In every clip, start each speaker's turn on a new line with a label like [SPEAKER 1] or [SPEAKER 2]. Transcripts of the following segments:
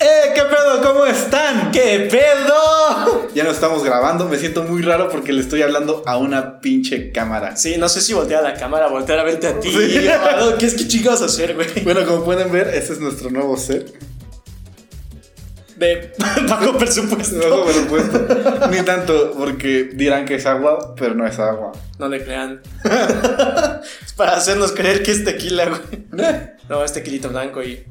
[SPEAKER 1] Eh, pedo? ¿Cómo están? ¿Qué pedo?
[SPEAKER 2] Ya no estamos grabando, me siento muy raro porque le estoy hablando a una pinche cámara.
[SPEAKER 1] Sí, no sé si voltear a la cámara, voltear a verte a ti. o no, ¿Qué es que chingados hacer, güey?
[SPEAKER 2] Bueno, como pueden ver, este es nuestro nuevo set.
[SPEAKER 1] De bajo presupuesto.
[SPEAKER 2] No, por supuesto. Ni tanto, porque dirán que es agua, pero no es agua.
[SPEAKER 1] No le crean. es para hacernos creer que es tequila, güey. No, es tequilito blanco y.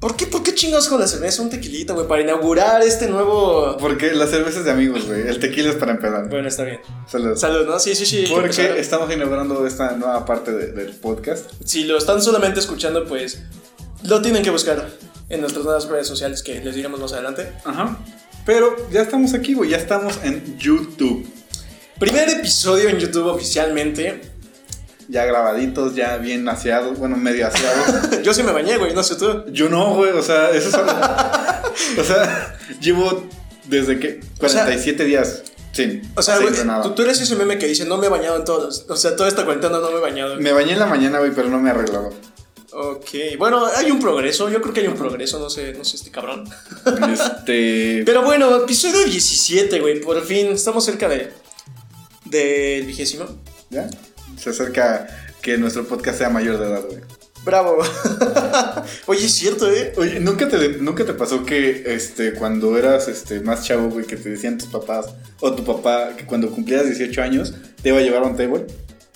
[SPEAKER 1] ¿Por qué, por qué chingados con la cerveza un tequilito, güey? Para inaugurar este nuevo.
[SPEAKER 2] Porque las cervezas de amigos, güey. El tequila es para empezar.
[SPEAKER 1] Bueno, está bien.
[SPEAKER 2] Saludos.
[SPEAKER 1] Salud, ¿no? Sí, sí, sí. hay que empezar.
[SPEAKER 2] Porque estamos inaugurando esta nueva parte de- del podcast.
[SPEAKER 1] Si lo están solamente escuchando, pues lo tienen que buscar en nuestras nuevas redes sociales que les diremos más adelante.
[SPEAKER 2] Ajá. Pero ya estamos aquí, güey. Ya estamos en YouTube.
[SPEAKER 1] Primer episodio en YouTube oficialmente.
[SPEAKER 2] Ya grabaditos, ya bien aseados. Bueno, medio aseados.
[SPEAKER 1] Yo sí me bañé, güey, no sé tú.
[SPEAKER 2] Yo no, güey, o sea, eso es algo... o sea, llevo desde que
[SPEAKER 1] O sea-
[SPEAKER 2] 47 días sin
[SPEAKER 1] O sea,
[SPEAKER 2] sin
[SPEAKER 1] güey,
[SPEAKER 2] hacer nada.
[SPEAKER 1] tú, tú eres ese meme que dice, no me he bañado en todos. los- O sea, toda esta cuarentena no me he bañado.
[SPEAKER 2] Me bañé en la mañana, güey, pero no me he arreglado.
[SPEAKER 1] Ok, bueno, hay un progreso, yo creo que hay un progreso, no sé, no sé este cabrón.
[SPEAKER 2] Este,
[SPEAKER 1] Pero bueno, episodio 17, güey, por fin, estamos cerca de... Del vigésimo.
[SPEAKER 2] ya se acerca que nuestro podcast sea mayor de edad, güey.
[SPEAKER 1] Bravo. Oye, es cierto, ¿eh?
[SPEAKER 2] Oye, ¿nunca te, nunca te pasó que este cuando eras este más chavo, güey, que te decían tus papás o tu papá que cuando cumplieras 18 años te iba a llevar a un table?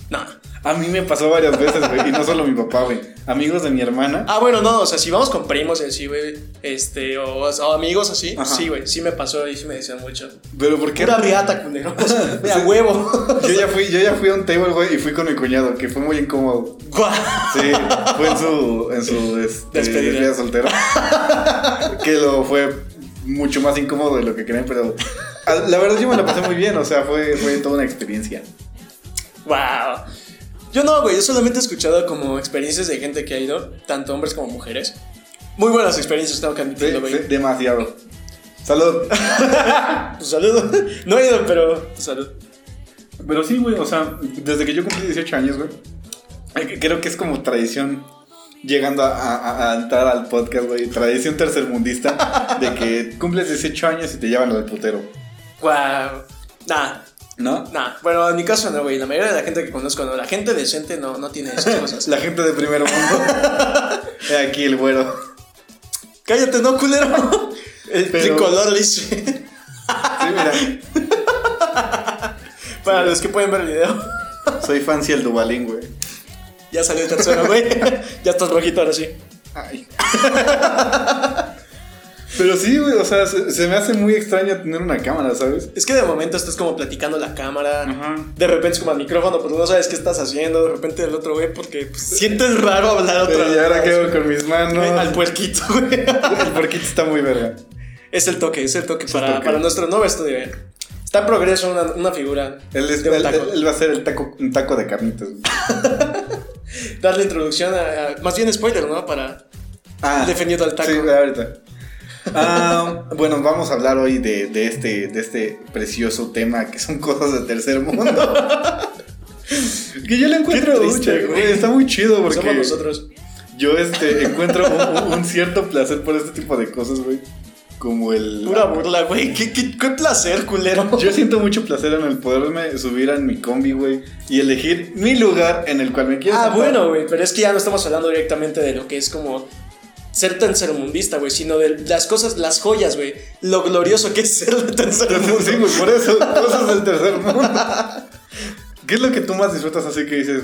[SPEAKER 1] No.
[SPEAKER 2] A mí me pasó varias veces, güey, y no solo mi papá, güey. Amigos de mi hermana
[SPEAKER 1] Ah, bueno, no, o sea, si vamos con primos y así, güey, este, o, o amigos así,
[SPEAKER 2] Ajá.
[SPEAKER 1] sí, güey, sí me pasó y sí me decían mucho.
[SPEAKER 2] Pero ¿por qué?
[SPEAKER 1] Era riata, culero. De a huevo.
[SPEAKER 2] Yo ya fui, yo ya fui a un table, güey, y fui con mi cuñado, que fue muy incómodo.
[SPEAKER 1] Guau.
[SPEAKER 2] Sí, fue en su, en su este,
[SPEAKER 1] Despedida.
[SPEAKER 2] despedida soltera. que lo fue mucho más incómodo de lo que creen, pero a- la verdad yo me la pasé muy bien, o sea, fue, fue toda una experiencia.
[SPEAKER 1] Wow. Yo no, güey, yo solamente he escuchado como experiencias de gente que ha ido, tanto hombres como mujeres. Muy buenas experiencias, tengo que
[SPEAKER 2] Sí,
[SPEAKER 1] admitirlo, güey.
[SPEAKER 2] sí, demasiado. Salud.
[SPEAKER 1] Pues, Salud. No he ido, pero pues, salud.
[SPEAKER 2] Pero sí, güey, o sea, desde que yo cumplí 18 años, güey, eh, creo que es como tradición. Llegando a, a- a entrar al podcast, güey, tradición tercermundista de que cumples 18 años y te llevan al putero.
[SPEAKER 1] Wow. Nah,
[SPEAKER 2] ¿No?
[SPEAKER 1] nah. Bueno, en mi caso no, güey. La mayoría de la gente que conozco, no. La gente decente no, no tiene esas cosas.
[SPEAKER 2] La gente de primer mundo. He aquí el güero.
[SPEAKER 1] Cállate, no, culero. El
[SPEAKER 2] Eh, Pero-
[SPEAKER 1] tricolor lice.
[SPEAKER 2] Sí, mira.
[SPEAKER 1] Para los que pueden ver el video.
[SPEAKER 2] Soy fancy el Dubalín, güey.
[SPEAKER 1] Ya salió el tercero, güey. Ya estás rojito ahora sí.
[SPEAKER 2] Ay. Pero sí, güey, o sea, se, se me hace muy extraño tener una cámara, ¿sabes?
[SPEAKER 1] Es que de momento estás como platicando la cámara.
[SPEAKER 2] Ajá.
[SPEAKER 1] De repente es como al micrófono, pero no sabes qué estás haciendo. De repente el otro, güey, porque pues, sientes raro hablar otra
[SPEAKER 2] Pero
[SPEAKER 1] vez.
[SPEAKER 2] y ahora quedo con mis
[SPEAKER 1] Güey, Al
[SPEAKER 2] manos.
[SPEAKER 1] puerquito, güey.
[SPEAKER 2] El porquito está muy verga.
[SPEAKER 1] Es el toque, es el toque para,
[SPEAKER 2] toque.
[SPEAKER 1] para nuestro nuevo estudio, eh. Está en progreso una, una figura.
[SPEAKER 2] Él, es-
[SPEAKER 1] de un
[SPEAKER 2] él-
[SPEAKER 1] taco.
[SPEAKER 2] él- él va a ser el taco, un taco de carnitas. güey.
[SPEAKER 1] Darle introducción a, a- Más bien spoiler, ¿no? Para.
[SPEAKER 2] Ah,
[SPEAKER 1] Defendiendo al taco.
[SPEAKER 2] Sí, ahorita. Ah, bueno, vamos a hablar hoy de, de este, de este precioso tema que son cosas de tercer mundo. que yo le encuentro
[SPEAKER 1] Qué triste,
[SPEAKER 2] mucho,
[SPEAKER 1] güey.
[SPEAKER 2] güey, Está muy chido
[SPEAKER 1] Somos
[SPEAKER 2] porque
[SPEAKER 1] nosotros.
[SPEAKER 2] yo este, encuentro un, un- un cierto placer por este tipo de cosas, güey. Como el.
[SPEAKER 1] Pura burla, güey. ¿Qué, qué, qué placer, culero.
[SPEAKER 2] Yo siento mucho placer en el poderme subir a mi combi, güey, y elegir mi lugar en el cual me quiero
[SPEAKER 1] Ah,
[SPEAKER 2] sentar.
[SPEAKER 1] bueno, güey, pero es que ya no estamos hablando directamente de lo que es como ser tercermundista, güey, sino de las cosas, las joyas, güey, lo glorioso que es ser
[SPEAKER 2] Entonces, sí,
[SPEAKER 1] tercermundista.
[SPEAKER 2] güey, por eso, cosas del tercer mundo. ¿Qué es lo que tú más disfrutas así que dices?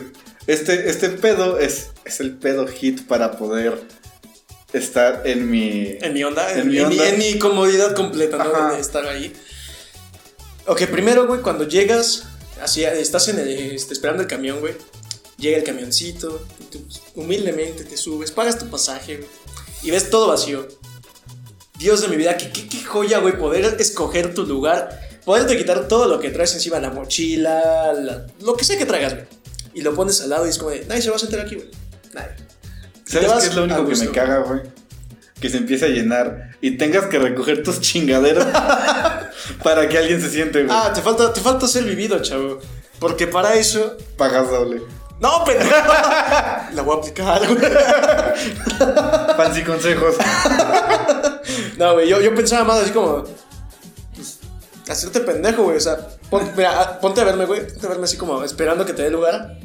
[SPEAKER 2] Este, este pedo es, es el pedo hit para poder estar en mi...
[SPEAKER 1] En mi onda, en,
[SPEAKER 2] En mi
[SPEAKER 1] en mi,
[SPEAKER 2] onda.
[SPEAKER 1] en mi comodidad completa, ¿no?
[SPEAKER 2] Ajá.
[SPEAKER 1] De estar ahí. Ok, primero, güey, cuando llegas, así, estás en el, este, esperando el camión, güey, llega el camioncito, y tú pues, humildemente te subes, pagas tu pasaje, güey, y ves todo vacío. Dios de mi vida, qué, qué, qué joya, güey, poder escoger tu lugar, poderte quitar todo lo que traes encima, la mochila, la- lo que sea que traigas, güey. Y lo pones al lado y es como de, nadie se va a sentar aquí, güey. Nadie. Te
[SPEAKER 2] ¿Sabes
[SPEAKER 1] vas
[SPEAKER 2] qué es lo
[SPEAKER 1] a
[SPEAKER 2] único que me
[SPEAKER 1] gusto.
[SPEAKER 2] caga, güey? Que se empiece a llenar y tengas que recoger tus chingaderas para que alguien se siente, güey.
[SPEAKER 1] Ah, te falta, te falta ser vivido, chavo. Porque para eso.
[SPEAKER 2] Pagas doble.
[SPEAKER 1] ¡No, pendejo! La voy a aplicar, güey.
[SPEAKER 2] Fancy consejos.
[SPEAKER 1] No, güey, yo, yo pensaba más así como. pues, Hacerte pendejo, güey. O sea, pon- mira, ah, ponte a verme, güey. Ponte a verme así como esperando que te dé lugar.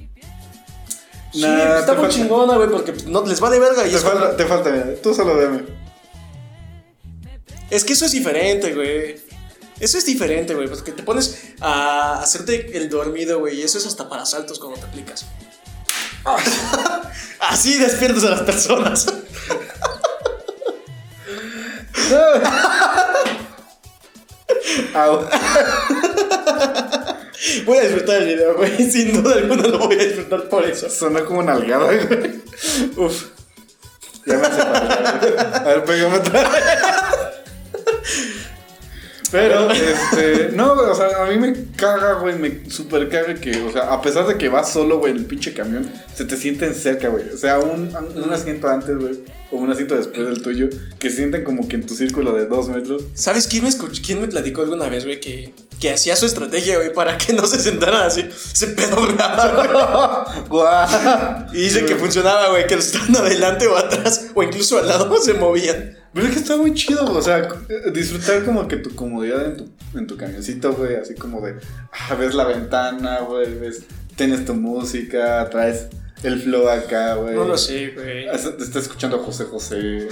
[SPEAKER 1] Sí,
[SPEAKER 2] Nah,
[SPEAKER 1] pues,
[SPEAKER 2] te
[SPEAKER 1] está muy
[SPEAKER 2] falta-
[SPEAKER 1] chingona, güey, porque pues, no les vale verga. Y
[SPEAKER 2] Te
[SPEAKER 1] es, como-
[SPEAKER 2] falta, te falta, mira, tú solo veme.
[SPEAKER 1] es que eso es diferente, güey. Eso es diferente, güey, porque te pones a hacerte el dormido, güey, y eso es hasta para saltos cuando te aplicas.
[SPEAKER 2] Ah.
[SPEAKER 1] Así despiertas a las personas.
[SPEAKER 2] Au.
[SPEAKER 1] Voy a disfrutar el video, güey. Sin duda alguna lo voy a disfrutar por eso.
[SPEAKER 2] Sonó como nalgada, güey.
[SPEAKER 1] Uf.
[SPEAKER 2] Ya me hace falta. güey. A ver, pégame otra vez. Pero, este, no, güey, o sea, a mí me caga, güey, me super caga que, o sea, a pesar de que vas solo, güey, en el pinche camión, se te sienten cerca, güey. O sea, un, un asiento antes, güey, o un asiento después del tuyo, que se sienten como que en tu círculo de dos metros.
[SPEAKER 1] ¿Sabes quién me escuchó? ¿Quién me platicó alguna vez, güey? Que, que hacía su estrategia, güey, para que no se sentaran así. Se pedorraban,
[SPEAKER 2] ¡Guau!
[SPEAKER 1] güey. Y dicen que funcionaba, güey, que los estaban adelante o atrás, o incluso al lado se movían.
[SPEAKER 2] Pero es que está muy chido, o sea, eh, disfrutar como que tu comodidad en tu, en tu camioncito, güey, así como de, ah, ves la ventana, güey, ves, tienes tu música, traes el flow acá, güey.
[SPEAKER 1] No lo sé, güey.
[SPEAKER 2] Ah, Te está escuchando José José.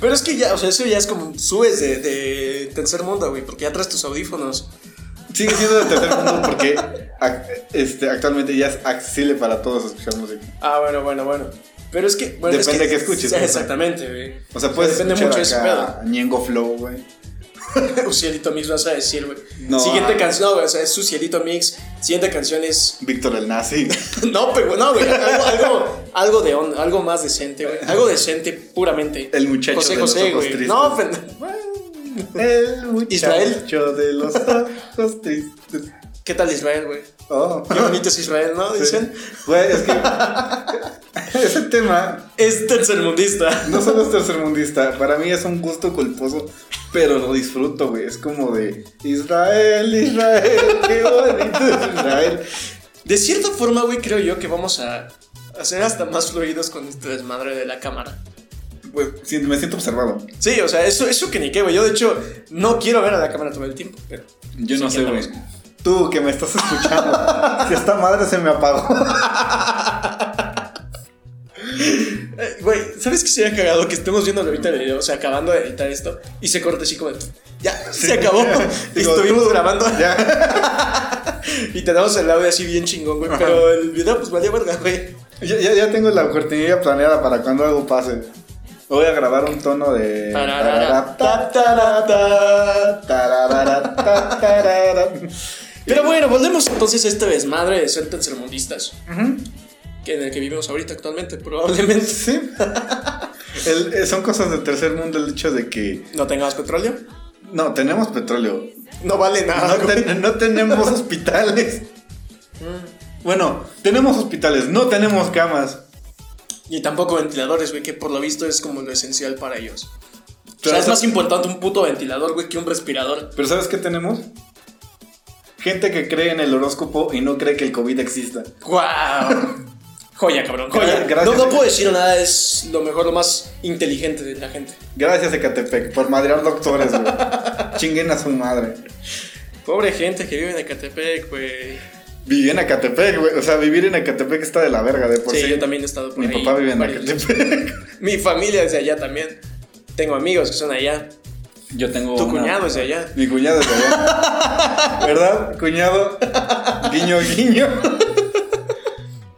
[SPEAKER 1] Pero es que ya, o sea, eso ya es como subes de, de tercer mundo, güey, porque ya traes tus audífonos.
[SPEAKER 2] Sigue siendo de tercer mundo porque ac- este, actualmente ya es accesible para todos escuchar música.
[SPEAKER 1] Ah, bueno, bueno, bueno. Pero es que. Bueno, es
[SPEAKER 2] Depende de qué escuches,
[SPEAKER 1] Sí,
[SPEAKER 2] ¿no?
[SPEAKER 1] Exactamente, güey.
[SPEAKER 2] O sea, puedes
[SPEAKER 1] Depende
[SPEAKER 2] escuchar
[SPEAKER 1] mucho de ese
[SPEAKER 2] acá Ñengo Flow, güey.
[SPEAKER 1] Un cielito mix vas a decir, güey.
[SPEAKER 2] No.
[SPEAKER 1] Siguiente canción, no, güey, o sea, es su cielito mix. Siguiente canción es.
[SPEAKER 2] Víctor el Nazi.
[SPEAKER 1] No, pero no, güey. Algo, algo, algo de onda, algo más decente, güey. Algo decente, puramente.
[SPEAKER 2] El muchacho
[SPEAKER 1] José
[SPEAKER 2] de los
[SPEAKER 1] José,
[SPEAKER 2] ojos
[SPEAKER 1] güey.
[SPEAKER 2] tristes.
[SPEAKER 1] No, pero-
[SPEAKER 2] El muchacho
[SPEAKER 1] Israel.
[SPEAKER 2] de los ojos tristes.
[SPEAKER 1] ¿Qué tal Israel, güey?
[SPEAKER 2] Oh.
[SPEAKER 1] Qué bonito es Israel, ¿no?
[SPEAKER 2] Sí.
[SPEAKER 1] Dicen.
[SPEAKER 2] Güey, es que ese tema
[SPEAKER 1] Es tercermundista.
[SPEAKER 2] no solo es tercermundista, para mí es un gusto culposo, pero lo disfruto, güey. Es como de Israel, Israel, qué bonito es Israel.
[SPEAKER 1] De cierta forma, güey, creo yo que vamos a hacer hasta más fluidos con este desmadre de la cámara.
[SPEAKER 2] Güey, sí, me siento observado.
[SPEAKER 1] Sí, o sea, eso, eso que ni qué, güey. Yo, de hecho, no quiero ver a la cámara todo el tiempo, pero.
[SPEAKER 2] Yo
[SPEAKER 1] no sé, güey.
[SPEAKER 2] Tú que me estás escuchando, que esta madre se me apagó.
[SPEAKER 1] Eh, Güey, ¿sabes qué sería cagado? Que estemos viendo ahorita el video, o sea, acabando de editar esto, y se corta así como, de, ya, se acabó, y
[SPEAKER 2] Digo,
[SPEAKER 1] estuvimos
[SPEAKER 2] tú-
[SPEAKER 1] grabando,
[SPEAKER 2] Ya.
[SPEAKER 1] y tenemos el audio así bien chingón, güey,
[SPEAKER 2] Ajá.
[SPEAKER 1] pero el video pues valía verga, güey.
[SPEAKER 2] Ya, ya- ya tengo la oportunidad planeada para cuando algo pase. Voy a grabar un tono de.
[SPEAKER 1] Tararara, ta,
[SPEAKER 2] Tararara, tararara, ta, tarara.
[SPEAKER 1] Pero bueno, volvemos entonces a este desmadre de ser tercermundistas,
[SPEAKER 2] Ujú.
[SPEAKER 1] que en el que vivimos ahorita actualmente, probablemente.
[SPEAKER 2] Sí. El- eh, son cosas del tercer mundo el hecho de que
[SPEAKER 1] No tengamos petróleo,
[SPEAKER 2] no tenemos petróleo,
[SPEAKER 1] no vale nada,
[SPEAKER 2] no,
[SPEAKER 1] Ah, güey.
[SPEAKER 2] te- no tenemos hospitales. Bueno, tenemos hospitales, no tenemos camas.
[SPEAKER 1] y tampoco ventiladores, güey, que por lo visto es como lo esencial para ellos. O
[SPEAKER 2] Pero,
[SPEAKER 1] sea, es más importante un puto ventilador, güey, que un respirador.
[SPEAKER 2] pero ¿sabes qué tenemos? Gente que cree en el horóscopo y no cree que el COVID exista.
[SPEAKER 1] ¡Wow! Joya, cabrón, joya.
[SPEAKER 2] Gracias.
[SPEAKER 1] No, no puedo decir nada, es lo mejor, lo más inteligente de la gente.
[SPEAKER 2] Gracias, Ecatepec, por madrear doctores, güey. Chinguen a su madre.
[SPEAKER 1] Pobre gente que vive en Ecatepec, güey.
[SPEAKER 2] Viví en Ecatepec, güey. O sea, vivir en Ecatepec está de la verga, de por
[SPEAKER 1] Sí,
[SPEAKER 2] Pues sí.
[SPEAKER 1] yo también he estado por
[SPEAKER 2] Mi
[SPEAKER 1] ahí.
[SPEAKER 2] papá vive en
[SPEAKER 1] varios-
[SPEAKER 2] Ecatepec.
[SPEAKER 1] Mi familia es de allá también. Tengo amigos que son allá.
[SPEAKER 2] Yo tengo.
[SPEAKER 1] tu cuñado es de allá.
[SPEAKER 2] Mi cuñado es de allá. ¿Verdad, cuñado? Guiño, guiño.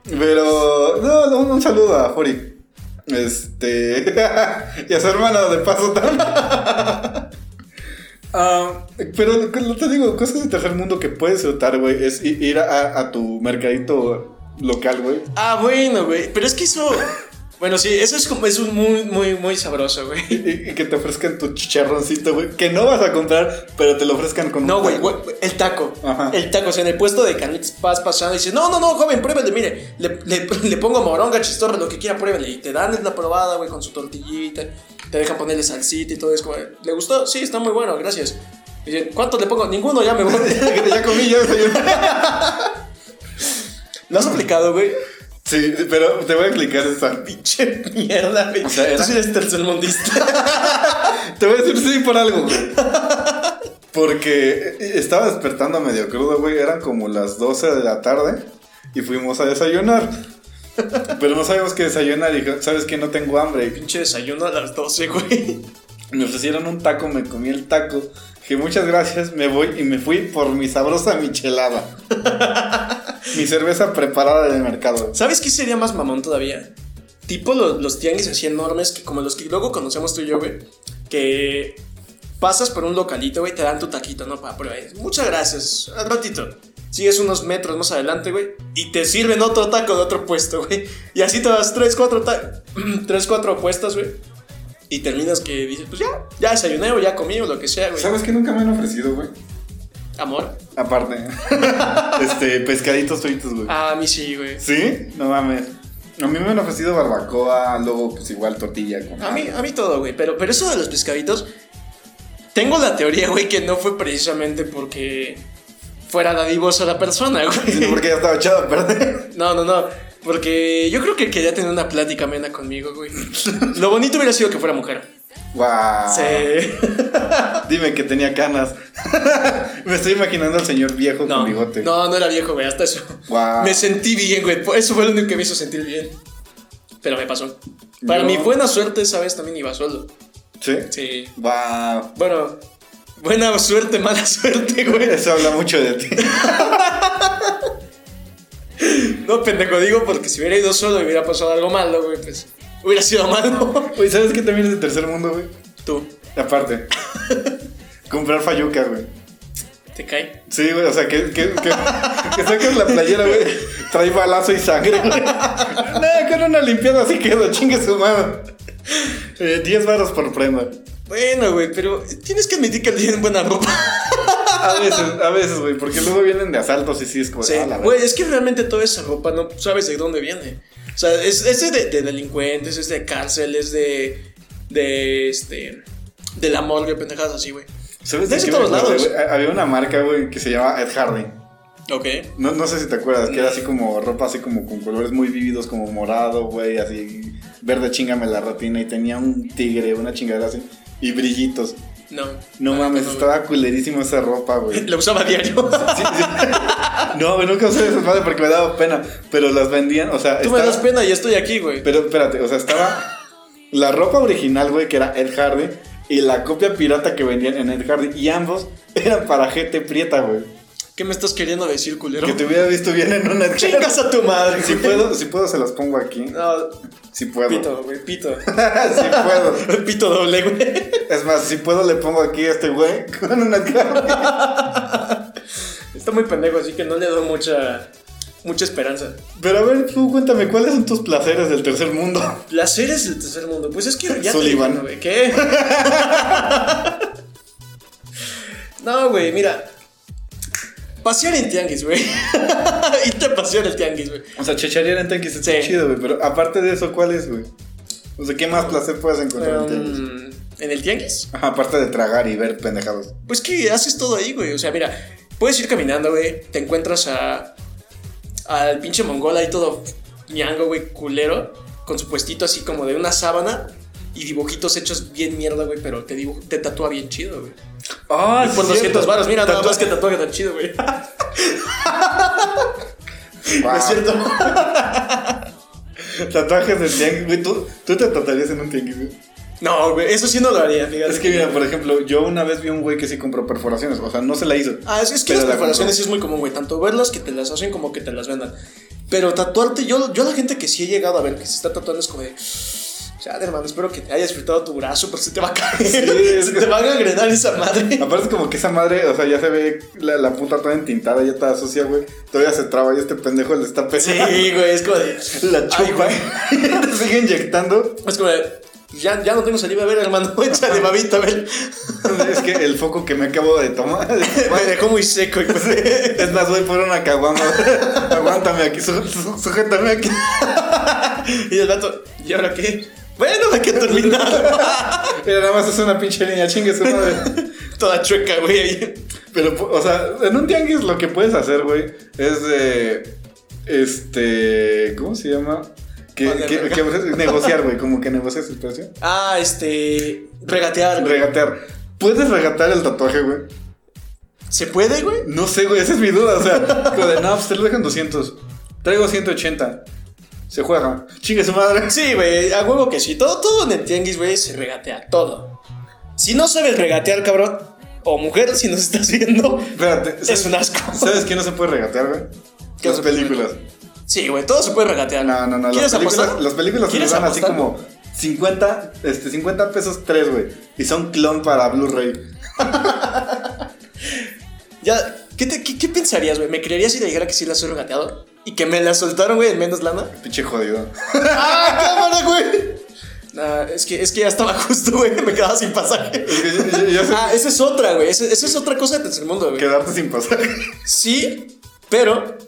[SPEAKER 2] Pero. No, no, un saludo a Fori. Este. y a su hermano, de paso también. Ah, pero no te digo, cosas de tercer mundo que puedes disfrutar, güey, es i- ir a, a tu mercadito local, güey.
[SPEAKER 1] Ah, bueno, güey. Pero es que eso. Bueno, sí, eso es como. Es un muy, muy, muy sabroso, güey.
[SPEAKER 2] Y, y que te ofrezcan tu chicharroncito, güey. Que no vas a comprar, pero te lo ofrezcan con
[SPEAKER 1] No,
[SPEAKER 2] un
[SPEAKER 1] güey,
[SPEAKER 2] taco.
[SPEAKER 1] güey, el taco.
[SPEAKER 2] Ajá.
[SPEAKER 1] El taco, o sea, en el puesto de canitas vas pasando y dices, no, no, no, joven, pruébele, mire, le, le- le pongo moronga, chistorra, lo que quiera, pruébele. Y te dan la probada, güey, con su tortillita, te dejan ponerle salsita y todo eso. ¿Le gustó? Sí, está muy bueno, gracias. Y dicen, ¿cuánto le pongo? Ninguno, ya me voy.
[SPEAKER 2] ya comí, ya desayuné.
[SPEAKER 1] ¿Lo has aplicado, güey?
[SPEAKER 2] Sí, pero te voy a explicar esa.
[SPEAKER 1] Pinche mierda, güey.
[SPEAKER 2] O sea, era-
[SPEAKER 1] Tú sí eres tercermundista.
[SPEAKER 2] Te voy a decir sí por algo, güey. Porque estaba despertando medio crudo, güey. Eran como las 12 de la tarde y fuimos a desayunar. Pero no sabíamos qué desayunar y dije, sabes que no tengo hambre. Y
[SPEAKER 1] Pinche desayuno a las 12, güey.
[SPEAKER 2] Me ofrecieron un taco, me comí el taco. Dije, muchas gracias, me voy y me fui por mi sabrosa michelada. mi cerveza preparada del mercado.
[SPEAKER 1] ¿Sabes qué sería más mamón todavía? Tipo lo- los, tianguis así enormes, que como los que luego conocemos tú y yo, güey. Que pasas por un localito, güey, te dan tu taquito, ¿no? Para prueba. eh, Muchas gracias. Al ratito. Sigues unos metros más adelante, güey. Y te sirven otro taco de otro puesto, güey. Y así te das tres, cuatro, ta- tres, cuatro puestas, güey. Y terminas que dices, pues ya, ya desayuné o ya comí o lo que sea, güey.
[SPEAKER 2] ¿Sabes qué nunca me han ofrecido, güey?
[SPEAKER 1] Amor.
[SPEAKER 2] Aparte, este, pescaditos fritos, güey.
[SPEAKER 1] Ah, a mí sí, güey.
[SPEAKER 2] ¿Sí? No mames. A mí me han ofrecido barbacoa, luego pues igual tortilla con...
[SPEAKER 1] A mí, a mí todo, güey. Pero, pero eso de los pescaditos. Tengo la teoría, güey, que no fue precisamente porque fuera dadivosa la persona,
[SPEAKER 2] Sino
[SPEAKER 1] güey.
[SPEAKER 2] porque ya estaba echado a perder.
[SPEAKER 1] No, no, no. Porque yo creo que quería tener una plática amena conmigo, güey. Lo bonito hubiera sido que fuera mujer.
[SPEAKER 2] Wow.
[SPEAKER 1] Sí.
[SPEAKER 2] Dime que tenía canas. me estoy imaginando al señor viejo
[SPEAKER 1] No,
[SPEAKER 2] con bigote.
[SPEAKER 1] no, no era viejo, güey, hasta eso.
[SPEAKER 2] Guau.
[SPEAKER 1] Me sentí bien, güey. por Eso fue lo único que me hizo sentir bien. Pero me pasó. Para
[SPEAKER 2] Yo-
[SPEAKER 1] mi buena suerte, esa vez también iba solo.
[SPEAKER 2] ¿Sí?
[SPEAKER 1] Sí.
[SPEAKER 2] Wow.
[SPEAKER 1] Bueno, buena suerte, mala suerte, güey.
[SPEAKER 2] Eso habla mucho de ti.
[SPEAKER 1] No, pendejo, digo porque si hubiera ido solo y hubiera pasado algo malo, güey, pues hubiera sido malo.
[SPEAKER 2] Güey, ¿sabes qué también es el tercer mundo, güey?
[SPEAKER 1] Tú,
[SPEAKER 2] Aparte. Comprar fayuca, güey.
[SPEAKER 1] ¿te cae?
[SPEAKER 2] Sí, güey, o sea, que, que, que, que saques la playera, güey. Trae balazo y sangre, güey. No, con una limpiada así quedó, chingue su mano. Eh, 10 varos por prenda.
[SPEAKER 1] Bueno, güey, pero tienes que admitir que tienen buena ropa.
[SPEAKER 2] A veces, a veces, güey, porque luego vienen de asaltos y sí es como.
[SPEAKER 1] Sí,
[SPEAKER 2] "Ah, la
[SPEAKER 1] güey, es que realmente toda esa ropa no sabes de dónde viene. O sea, es, es de, de delincuentes, es de cárcel, es de. de este. de la morgue, pendejadas así, güey.
[SPEAKER 2] ¿Sabes
[SPEAKER 1] De
[SPEAKER 2] de qué me
[SPEAKER 1] todos
[SPEAKER 2] acordé,
[SPEAKER 1] lados.
[SPEAKER 2] güey? Ha- Había una marca, güey, que se llamaba Ed Hardy.
[SPEAKER 1] Ok.
[SPEAKER 2] No, no sé si te acuerdas, que era
[SPEAKER 1] No.
[SPEAKER 2] así como ropa, así como con colores muy vívidos, como morado, güey, así verde, chingame la ratina. Y tenía un tigre, una chingadera así, y brillitos.
[SPEAKER 1] No.
[SPEAKER 2] No
[SPEAKER 1] Ah,
[SPEAKER 2] mames,
[SPEAKER 1] no,
[SPEAKER 2] estaba culerísima esa ropa,
[SPEAKER 1] güey.
[SPEAKER 2] güey.
[SPEAKER 1] La usaba a diario.
[SPEAKER 2] Sí, sí. No, güey, nunca usé esas madres porque me daba pena. Pero las vendían, o sea.
[SPEAKER 1] Tú me
[SPEAKER 2] estaba-
[SPEAKER 1] das pena y estoy aquí, güey.
[SPEAKER 2] Pero espérate, o sea, estaba la ropa original, güey, que era Ed Hardy, y la copia pirata que vendían en Ed Hardy, y ambos eran para gente prieta, güey.
[SPEAKER 1] ¿Qué me estás queriendo decir, culero?
[SPEAKER 2] Que te hubiera visto bien en una
[SPEAKER 1] Chingas a tu madre,
[SPEAKER 2] Si
[SPEAKER 1] güey.
[SPEAKER 2] puedo, si puedo, se las pongo aquí.
[SPEAKER 1] No,
[SPEAKER 2] Si puedo.
[SPEAKER 1] pito, güey, pito.
[SPEAKER 2] si puedo.
[SPEAKER 1] Pito doble, güey.
[SPEAKER 2] Es más, si puedo, le pongo aquí a este güey con una Hardy.
[SPEAKER 1] Está muy pendejo, así que no le doy mucha, mucha esperanza.
[SPEAKER 2] Pero a ver, tú cuéntame, ¿cuáles son tus placeres del tercer mundo?
[SPEAKER 1] Placeres del tercer mundo. Pues es que ya te
[SPEAKER 2] Sullivan.
[SPEAKER 1] dije, güey. ¿Qué? no, güey, mira. Pasión en tianguis, güey. y te pasión el tianguis, güey.
[SPEAKER 2] O sea, checharear en tanques
[SPEAKER 1] está chido,
[SPEAKER 2] chido, güey, pero aparte de eso, ¿cuál es, güey? O sea, ¿qué
[SPEAKER 1] Eh,
[SPEAKER 2] más placer puedes encontrar en tanques?
[SPEAKER 1] Um, ¿En el tianguis?
[SPEAKER 2] Ajá, aparte de tragar y ver pendejados.
[SPEAKER 1] Pues que haces todo ahí, güey. O sea, mira, puedes ir caminando, güey. Te encuentras a. al pinche mongol ahí todo ñango, güey, culero. Con su puestito así como de una sábana. Y dibujitos hechos bien mierda, güey. Pero te, dibuj- te tatúa bien chido, güey.
[SPEAKER 2] Ah,
[SPEAKER 1] Por 200 varos, mira, nada
[SPEAKER 2] Tatuaje.
[SPEAKER 1] más que tatuaje tan chido, güey.
[SPEAKER 2] Wow.
[SPEAKER 1] No es cierto.
[SPEAKER 2] Tatuajes del tianguis, güey. ¿Tú, tú te tatuarías en un tianguis, güey?
[SPEAKER 1] No, güey, eso sí no lo haría, fíjate.
[SPEAKER 2] Es que, mira, por ejemplo, yo una vez vi un güey que sí compró perforaciones. O sea, no se la hizo.
[SPEAKER 1] Ah, es, es que
[SPEAKER 2] Pero
[SPEAKER 1] las
[SPEAKER 2] la
[SPEAKER 1] perforaciones
[SPEAKER 2] compró.
[SPEAKER 1] es muy común, güey. Tanto verlas que te las hacen como que te las vendan. Pero tatuarte, yo, yo la gente que sí he llegado a ver que se está tatuando es como de. Ya, hermano, espero que te haya disfrutado tu brazo, pero se te va a caer.
[SPEAKER 2] es
[SPEAKER 1] se
[SPEAKER 2] que-
[SPEAKER 1] te va a agregar esa madre.
[SPEAKER 2] Aparte, como que esa madre, o sea, ya se ve la, la punta toda entintada, ya está sucia, güey. Todavía se traba y este pendejo le está
[SPEAKER 1] Sí,
[SPEAKER 2] pesando.
[SPEAKER 1] güey, es como de.
[SPEAKER 2] La
[SPEAKER 1] Ay,
[SPEAKER 2] chupa. te sigue inyectando.
[SPEAKER 1] Es como de. Ya, ya no tengo saliva, a ver, hermano, échale babita, a ver.
[SPEAKER 2] Es que el foco que me acabo de tomar.
[SPEAKER 1] Me dejó muy seco y pues.
[SPEAKER 2] Es más, voy por una caguama. Aguántame aquí, su- su- sujétame aquí.
[SPEAKER 1] Y el vato, ¿y ahora qué? Bueno, me quedo terminado.
[SPEAKER 2] Mira, nada más es una pinche niña, chingue su madre.
[SPEAKER 1] Toda chueca, güey. ahí.
[SPEAKER 2] Pero, o sea, en un tianguis lo que puedes hacer, güey, es de. Este. ¿Cómo se llama? Que,
[SPEAKER 1] Vale,
[SPEAKER 2] que-
[SPEAKER 1] verga.
[SPEAKER 2] que a veces negociar, güey. Como que negocias el precio.
[SPEAKER 1] Ah, este. Regatear. güey.
[SPEAKER 2] Regatear. ¿Puedes regatear el tatuaje, güey?
[SPEAKER 1] ¿Se puede, güey?
[SPEAKER 2] No sé, güey. Esa es mi duda. O sea, como de, no, pues te lo dejan 200. Traigo 180. Se juega. Chingue su madre.
[SPEAKER 1] Sí, güey, a huevo que sí. Todo, todo en el tianguis, güey, se regatea. Todo. Si no sabes regatear, cabrón, o mujer, si nos estás viendo,
[SPEAKER 2] Espérate.
[SPEAKER 1] es un asco.
[SPEAKER 2] ¿Sabes qué no se puede regatear, güey?
[SPEAKER 1] ¿Qué
[SPEAKER 2] Las
[SPEAKER 1] no se puede?
[SPEAKER 2] películas.
[SPEAKER 1] Sí, güey, todo se puede regatear.
[SPEAKER 2] No, no, no. Las
[SPEAKER 1] ¿Quieres
[SPEAKER 2] películas,
[SPEAKER 1] apostar?
[SPEAKER 2] las películas se
[SPEAKER 1] ¿Quieres
[SPEAKER 2] les dan así
[SPEAKER 1] apostar?
[SPEAKER 2] como 50, este, 50 pesos 3, güey. Y son clon para Blu-ray.
[SPEAKER 1] Ya, ¿qué, te- qué- qué pensarías, güey? ¿Me creerías si te dijera que sí la soy regateador? ¿Y que me la soltaron, güey, en menos lana?
[SPEAKER 2] Pinche jodido.
[SPEAKER 1] ¡Ah, cámara, güey! Nah, es que, es que ya estaba justo, güey, me quedaba sin pasaje.
[SPEAKER 2] Es que yo- yo- yo sé
[SPEAKER 1] Ah, esa es otra, güey. Esa, esa es otra cosa de tercer mundo, güey.
[SPEAKER 2] quedarte sin pasaje.
[SPEAKER 1] Sí, pero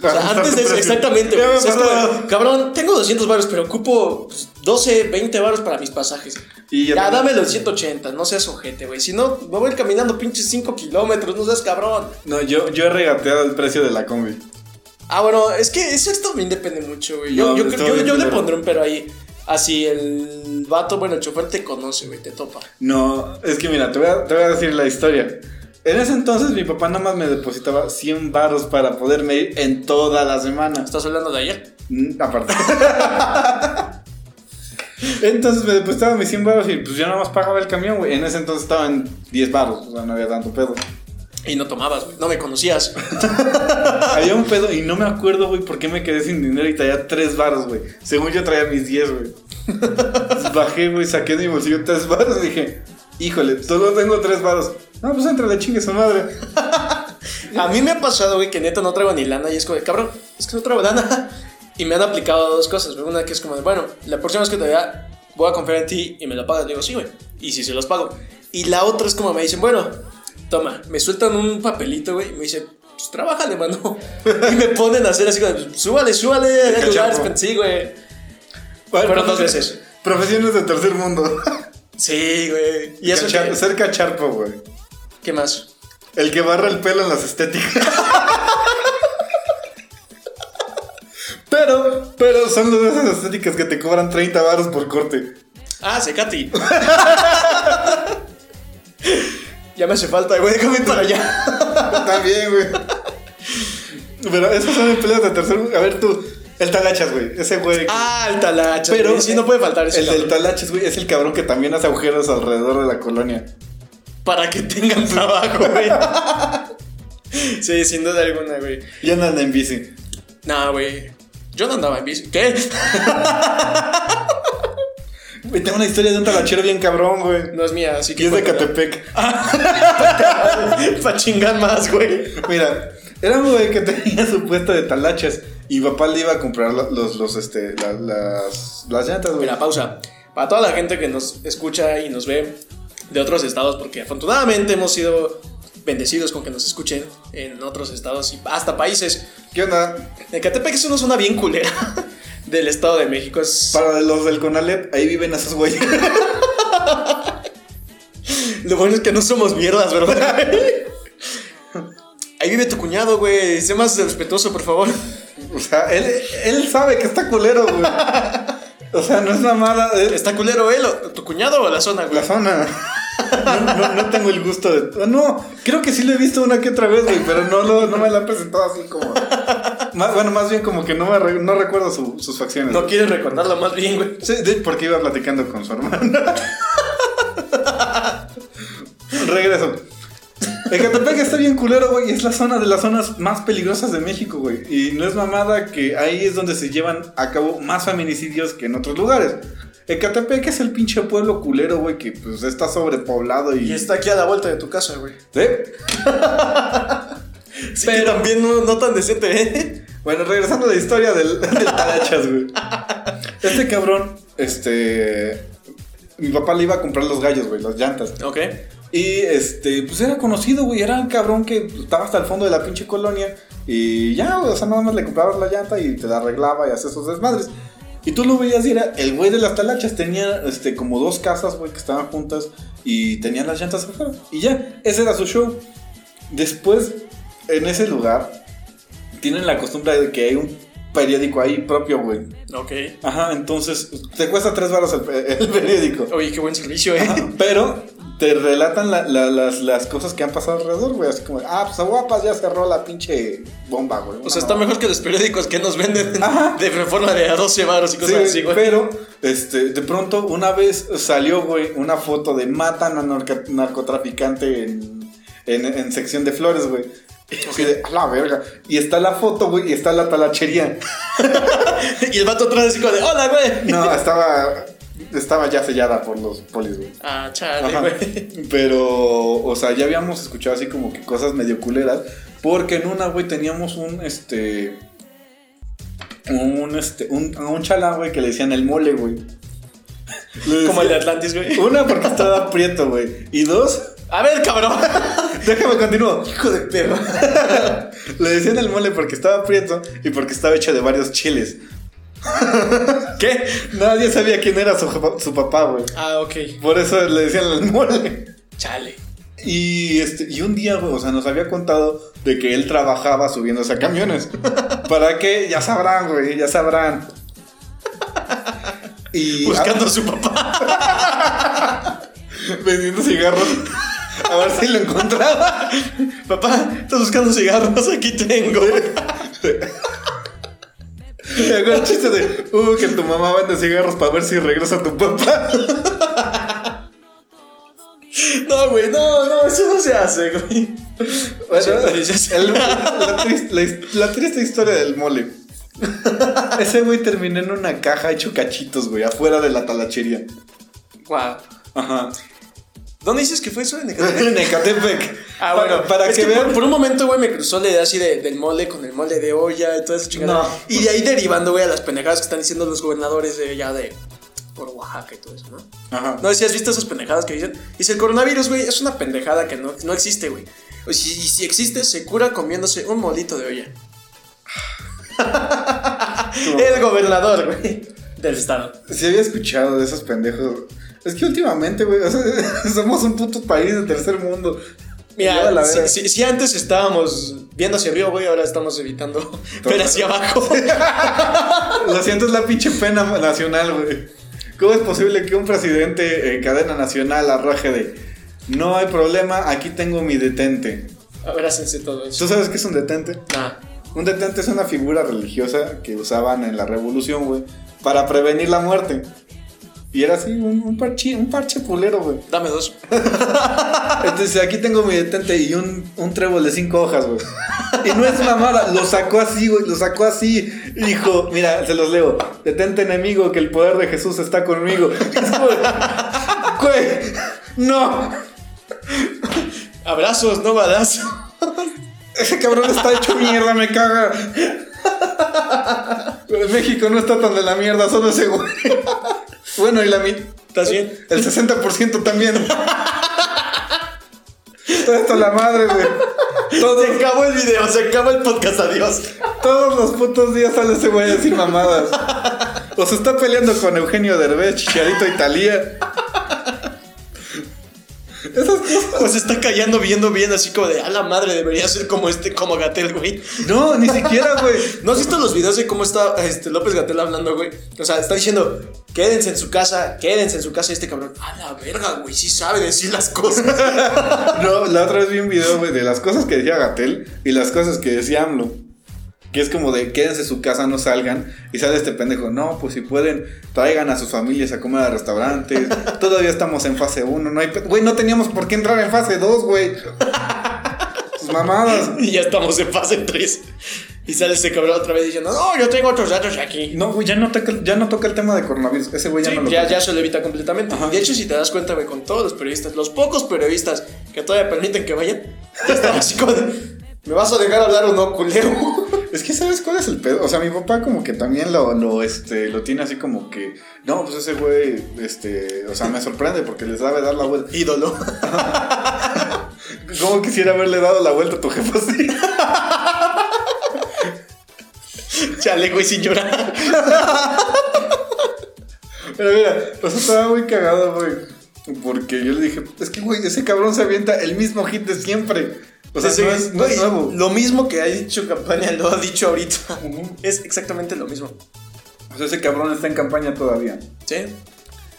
[SPEAKER 1] sea, antes de eso, exactamente,
[SPEAKER 2] Ya
[SPEAKER 1] güey.
[SPEAKER 2] me
[SPEAKER 1] O sea, es
[SPEAKER 2] acordaba.
[SPEAKER 1] como, cabrón, tengo 200 baros, pero ocupo pues, 12, 20 baros para mis pasajes.
[SPEAKER 2] Y ya
[SPEAKER 1] ya,
[SPEAKER 2] tengo-
[SPEAKER 1] dame los 180, no seas ojete, güey. Si no, me voy caminando pinches 5 kilómetros, no seas cabrón.
[SPEAKER 2] No, yo, yo he regateado el precio de la combi.
[SPEAKER 1] Ah, bueno, es que eso también depende mucho, güey. Yo,
[SPEAKER 2] No,
[SPEAKER 1] yo,
[SPEAKER 2] está
[SPEAKER 1] yo-
[SPEAKER 2] bien
[SPEAKER 1] yo le
[SPEAKER 2] culero.
[SPEAKER 1] pondré un pero ahí. Así el vato, bueno, el chofer te conoce, güey, te topa.
[SPEAKER 2] No, es que mira, te voy a, te voy a decir la historia. En ese entonces mi papá nada más me depositaba 100 baros para poderme ir en toda la semana.
[SPEAKER 1] Estás hablando de ayer.
[SPEAKER 2] Mm, Aparte. Entonces me depositaba mis 100 baros y pues yo nada más pagaba el camión, güey. En ese entonces estaban 10 baros, o sea, no había tanto pedo.
[SPEAKER 1] Y no tomabas, güey. No me conocías.
[SPEAKER 2] Había un pedo y no me acuerdo, güey, por qué me quedé sin dinero y traía 3 baros, güey. Según yo traía mis 10, güey. Bajé, güey, saqué de mi bolsillo 3 baros y dije, híjole, solo tengo 3 baros. No, pues entra de chingue su madre.
[SPEAKER 1] A mí me ha pasado, güey, que neta no traigo ni lana y es como, de, cabrón, es que no traigo lana. Y me han aplicado dos cosas, güey. Una que es como, de, bueno, la próxima vez que te vea, voy a confiar en ti y me la pagas. Le digo, sí, güey. Y si se los pago. Y la otra es como, me dicen, bueno, toma, me sueltan un papelito, güey, y me dicen, pues trabájale, mano. y me ponen a hacer así, como, "Pues súbale, súbale, hay
[SPEAKER 2] cachapo.
[SPEAKER 1] lugares con- sí, güey. Fueron dos veces.
[SPEAKER 2] Profesiones de tercer mundo.
[SPEAKER 1] Sí, güey. Y eso,
[SPEAKER 2] Cachar-
[SPEAKER 1] que-
[SPEAKER 2] Ser cacharpo, güey.
[SPEAKER 1] ¿qué más?
[SPEAKER 2] El que barra el pelo en las estéticas. Pero, pero son de esas estéticas que te cobran 30 baros por corte.
[SPEAKER 1] Ah, Secati. ya me hace falta, güey, déjame ir para allá.
[SPEAKER 2] También, güey. Pero esos son empleos de tercer mundo. A ver tú, el talachas, güey. Ese güey.
[SPEAKER 1] Ah, el talacha.
[SPEAKER 2] Pero-
[SPEAKER 1] Pero sí, no puede faltar ese
[SPEAKER 2] el del
[SPEAKER 1] cabrón.
[SPEAKER 2] talachas, güey, es el cabrón que también hace agujeros alrededor de la colonia.
[SPEAKER 1] Para que tengan trabajo, güey. sí, sin duda alguna, güey.
[SPEAKER 2] Y andan en bici.
[SPEAKER 1] Nah, güey. Yo no andaba en bici. ¿Qué?
[SPEAKER 2] Güey, tengo una historia de un talachero bien cabrón, güey.
[SPEAKER 1] No es mía, así que.
[SPEAKER 2] Y es de
[SPEAKER 1] cuéntala.
[SPEAKER 2] Catepec.
[SPEAKER 1] Pa' chingar más, güey.
[SPEAKER 2] Mira, era un güey que tenía su puesto de talachas y mi papá le iba a comprar lo- los, los, este, la- las, las llantas, güey.
[SPEAKER 1] Mira, pausa. Para toda la gente que nos escucha y nos ve de otros estados, porque afortunadamente hemos sido bendecidos con que nos escuchen en otros estados y hasta países.
[SPEAKER 2] ¿Qué onda?
[SPEAKER 1] Ecatepec es una zona bien culera del estado de México. Es
[SPEAKER 2] Para los del Conalet, ahí viven esos güeyes.
[SPEAKER 1] Lo bueno es que no somos mierdas, ¿verdad? Ahí vive tu cuñado, güey. Sé más respetuoso, por favor.
[SPEAKER 2] O sea, él, él sabe que está culero, güey. O sea, no es mamada. Es
[SPEAKER 1] ¿Está culero él o tu cuñado o la zona, güey?
[SPEAKER 2] la zona. No, no- no tengo el gusto de. ah, No, creo que sí lo he visto una que otra vez, güey, pero no, lo- no me la han presentado así como. Más- bueno, más bien como que no, me re- no recuerdo su- sus facciones.
[SPEAKER 1] No quieres recordarlo más bien, güey.
[SPEAKER 2] Sí, de- porque iba platicando con su hermana. Regreso. Ecatepec está bien culero, güey. Es la zona de las zonas más peligrosas de México, güey. Y no es mamada que ahí es donde se llevan a cabo más feminicidios que en otros lugares. Ecatepec es el pinche pueblo culero, güey, que pues está sobrepoblado y...
[SPEAKER 1] Y está aquí a la vuelta de tu casa, güey.
[SPEAKER 2] ¿Eh?
[SPEAKER 1] Sí, pero también no, no tan decente, ¿eh?
[SPEAKER 2] Bueno, regresando a la historia del, del talachas, güey. Este cabrón, este... Mi papá le iba a comprar los gallos, güey, las llantas.
[SPEAKER 1] Ok.
[SPEAKER 2] Y este, pues era conocido, güey. Era un cabrón que pues, estaba hasta el fondo de la pinche colonia. Y ya, güey, o sea, nada más le comprabas la llanta y te la arreglaba y hacía esos desmadres. Y tú lo veías y era el güey de las talachas. Tenía este, como dos casas, güey, que estaban juntas y tenían las llantas afuera. Y ya, ese era su show. Después, en ese lugar, tienen la costumbre de que hay un periódico ahí propio, güey.
[SPEAKER 1] Ok.
[SPEAKER 2] Ajá, entonces te cuesta tres balas el, pe- el periódico.
[SPEAKER 1] Oye, qué buen servicio, ¿eh?
[SPEAKER 2] Ajá, Ah, pero te relatan la- la- las, las cosas que han pasado alrededor, güey. Así como, ah, pues a Guapas ya cerró la pinche bomba, güey.
[SPEAKER 1] O sea, está mejor que los periódicos que nos venden
[SPEAKER 2] Ajá.
[SPEAKER 1] de reforma de a 12 baros y
[SPEAKER 2] Sí,
[SPEAKER 1] cosas así, güey.
[SPEAKER 2] pero este, de pronto una vez salió, güey, una foto de matan a narca- narcotraficante en, en, en sección de flores, güey. Así de, a la verga. Y está la foto, güey, y está la talachería.
[SPEAKER 1] Y el vato atrás así como de, hola, güey.
[SPEAKER 2] No, estaba, estaba ya sellada por los polis, güey.
[SPEAKER 1] Ah, chale,
[SPEAKER 2] Ajá.
[SPEAKER 1] güey.
[SPEAKER 2] Pero, o sea, ya habíamos escuchado así como que cosas medio culeras. Porque en una, güey, teníamos un, este... Un, este, un, a un chalán, güey, que le decían el mole, güey. Le
[SPEAKER 1] Como el de
[SPEAKER 2] decían-
[SPEAKER 1] Atlantis, güey.
[SPEAKER 2] Una, porque estaba prieto, güey. Y dos,
[SPEAKER 1] A ver, cabrón.
[SPEAKER 2] déjame continuar.
[SPEAKER 1] Hijo de perro.
[SPEAKER 2] Le decían el mole porque estaba prieto y porque estaba hecho de varios chiles.
[SPEAKER 1] ¿Qué?
[SPEAKER 2] Nadie sabía quién era su, japa- su papá, güey.
[SPEAKER 1] Ah, ok.
[SPEAKER 2] Por eso le decían el mole.
[SPEAKER 1] Chale.
[SPEAKER 2] Y, este, y un día, güey, o sea, nos había contado de que él trabajaba subiéndose a camiones. ¿Para qué? Ya sabrán, güey, ya sabrán. Y
[SPEAKER 1] Buscando a su papá.
[SPEAKER 2] ah, vendiendo cigarros. A ver si lo encontraba.
[SPEAKER 1] Papá, estás buscando cigarros, aquí tengo.
[SPEAKER 2] Y hago el chiste de, uh, que tu mamá vende cigarros para ver si regresa tu papá.
[SPEAKER 1] No, güey, no, no, eso no se hace, güey.
[SPEAKER 2] Bueno,
[SPEAKER 1] Sí, sí, sí.
[SPEAKER 2] el- la, triste, la his- la triste historia del mole. Ese güey terminó en una caja hecho cachitos, güey, afuera de la talachería.
[SPEAKER 1] Guau.
[SPEAKER 2] Ajá.
[SPEAKER 1] ¿Dónde dices que fue eso? En Ecatepec?
[SPEAKER 2] en Ecatepec. Para-
[SPEAKER 1] Ah, bueno,
[SPEAKER 2] para
[SPEAKER 1] es
[SPEAKER 2] que,
[SPEAKER 1] por-
[SPEAKER 2] vean.
[SPEAKER 1] Por, un momento, güey, me cruzó la idea así de- del mole con el mole de olla y toda esa chingada.
[SPEAKER 2] No.
[SPEAKER 1] Y de ahí derivando, güey, a las pendejadas que están diciendo los gobernadores de ya de. por Oaxaca y todo eso, ¿no?
[SPEAKER 2] Ajá.
[SPEAKER 1] No, si has visto esas pendejadas que dicen. Dice el coronavirus, güey, es una pendejada que no, no existe, güey. O si, y si existe, se cura comiéndose un molito de olla. el gobernador, güey, del estado.
[SPEAKER 2] Si había escuchado de esos pendejos. Es que últimamente, güey, o sea, somos un puto país de tercer mundo. Ya,
[SPEAKER 1] Mira,
[SPEAKER 2] la
[SPEAKER 1] si,
[SPEAKER 2] verga.
[SPEAKER 1] si- si antes estábamos viendo hacia arriba, güey, ahora estamos evitando ver hacia abajo.
[SPEAKER 2] Lo siento, es la pinche pena nacional, güey. ¿Cómo es posible que un presidente en cadena nacional arroje de no hay problema, aquí tengo mi detente?
[SPEAKER 1] Abrácense todo eso.
[SPEAKER 2] ¿Tú sabes qué es un detente?
[SPEAKER 1] Nah.
[SPEAKER 2] Un detente es una figura religiosa que usaban en la revolución, güey, para prevenir la muerte. Y era así, un, un parche, un parche pulero, güey.
[SPEAKER 1] Dame dos.
[SPEAKER 2] Entonces aquí tengo mi detente y un, un trébol de cinco hojas, güey. Y no es mamada, lo sacó así, güey, lo sacó así. Y Dijo, mira, se los leo. Detente enemigo, que el poder de Jesús está conmigo. Es como, Güey, no.
[SPEAKER 1] Abrazos, no balazos.
[SPEAKER 2] Ese cabrón está hecho mierda, me caga. Pero México no está tan de la mierda, solo ese güey. Bueno, y la mitad.
[SPEAKER 1] ¿Estás bien?
[SPEAKER 2] El 60% también. Todo esto la madre, güey. Todos,
[SPEAKER 1] Se acabó el video, se acabó el podcast, adiós.
[SPEAKER 2] todos los putos días sale ese güey a decir mamadas. O se está peleando con Eugenio Derbez, Chicharito y Thalía. Esas cosas.
[SPEAKER 1] Pues está callando viendo bien, así como de a la madre, debería ser como este, como Gatel, güey.
[SPEAKER 2] No, ni siquiera, güey.
[SPEAKER 1] ¿No has visto los videos de cómo está este, López Gatel hablando, güey? O sea, está diciendo, quédense en su casa, quédense en su casa y este cabrón. A la verga, güey, sí sabe decir las cosas.
[SPEAKER 2] No, la otra vez vi un video, güey, de las cosas que decía Gatel y las cosas que decía AMLO. Que es como de quédense en su casa, no salgan. Y sale este pendejo. No, pues si pueden, traigan a sus familias a comer a restaurantes. Todavía estamos en fase 1. No hay. pe- Güey, no teníamos por qué entrar en fase 2, güey. Sus mamadas.
[SPEAKER 1] y ya estamos en fase 3. Y sale ese cabrón otra vez diciendo, no, yo tengo otros datos aquí.
[SPEAKER 2] No, güey, ya no, toca, ya no toca el tema de coronavirus. Ese güey ya
[SPEAKER 1] Sí,
[SPEAKER 2] no lo
[SPEAKER 1] ya,
[SPEAKER 2] toca.
[SPEAKER 1] ya se lo evita completamente.
[SPEAKER 2] Ajá.
[SPEAKER 1] De hecho, si te das cuenta, güey, con todos los periodistas, los pocos periodistas que todavía permiten que vayan, ya están así como de, ¿me vas a dejar hablar o no, culero?
[SPEAKER 2] Es que sabes cuál es el pedo. O sea, mi papá como que también lo, lo, este, lo tiene así como que. No, pues ese güey, este, o sea, me sorprende porque les sabe dar la vuelta.
[SPEAKER 1] Ídolo.
[SPEAKER 2] ¿Cómo quisiera haberle dado la vuelta a tu jefe así?
[SPEAKER 1] Chale, güey, sin llorar.
[SPEAKER 2] Pero mira, pues estaba muy cagado, güey. Porque yo le dije, es que, güey, ese cabrón se avienta el mismo hit de siempre. O sea,
[SPEAKER 1] Ese-
[SPEAKER 2] no es, no
[SPEAKER 1] güey,
[SPEAKER 2] es nuevo.
[SPEAKER 1] Lo mismo que ha dicho Campaña lo ha dicho ahorita.
[SPEAKER 2] Ujú.
[SPEAKER 1] Es exactamente lo mismo.
[SPEAKER 2] O sea, Pues ese cabrón está en campaña todavía.
[SPEAKER 1] ¿Sí?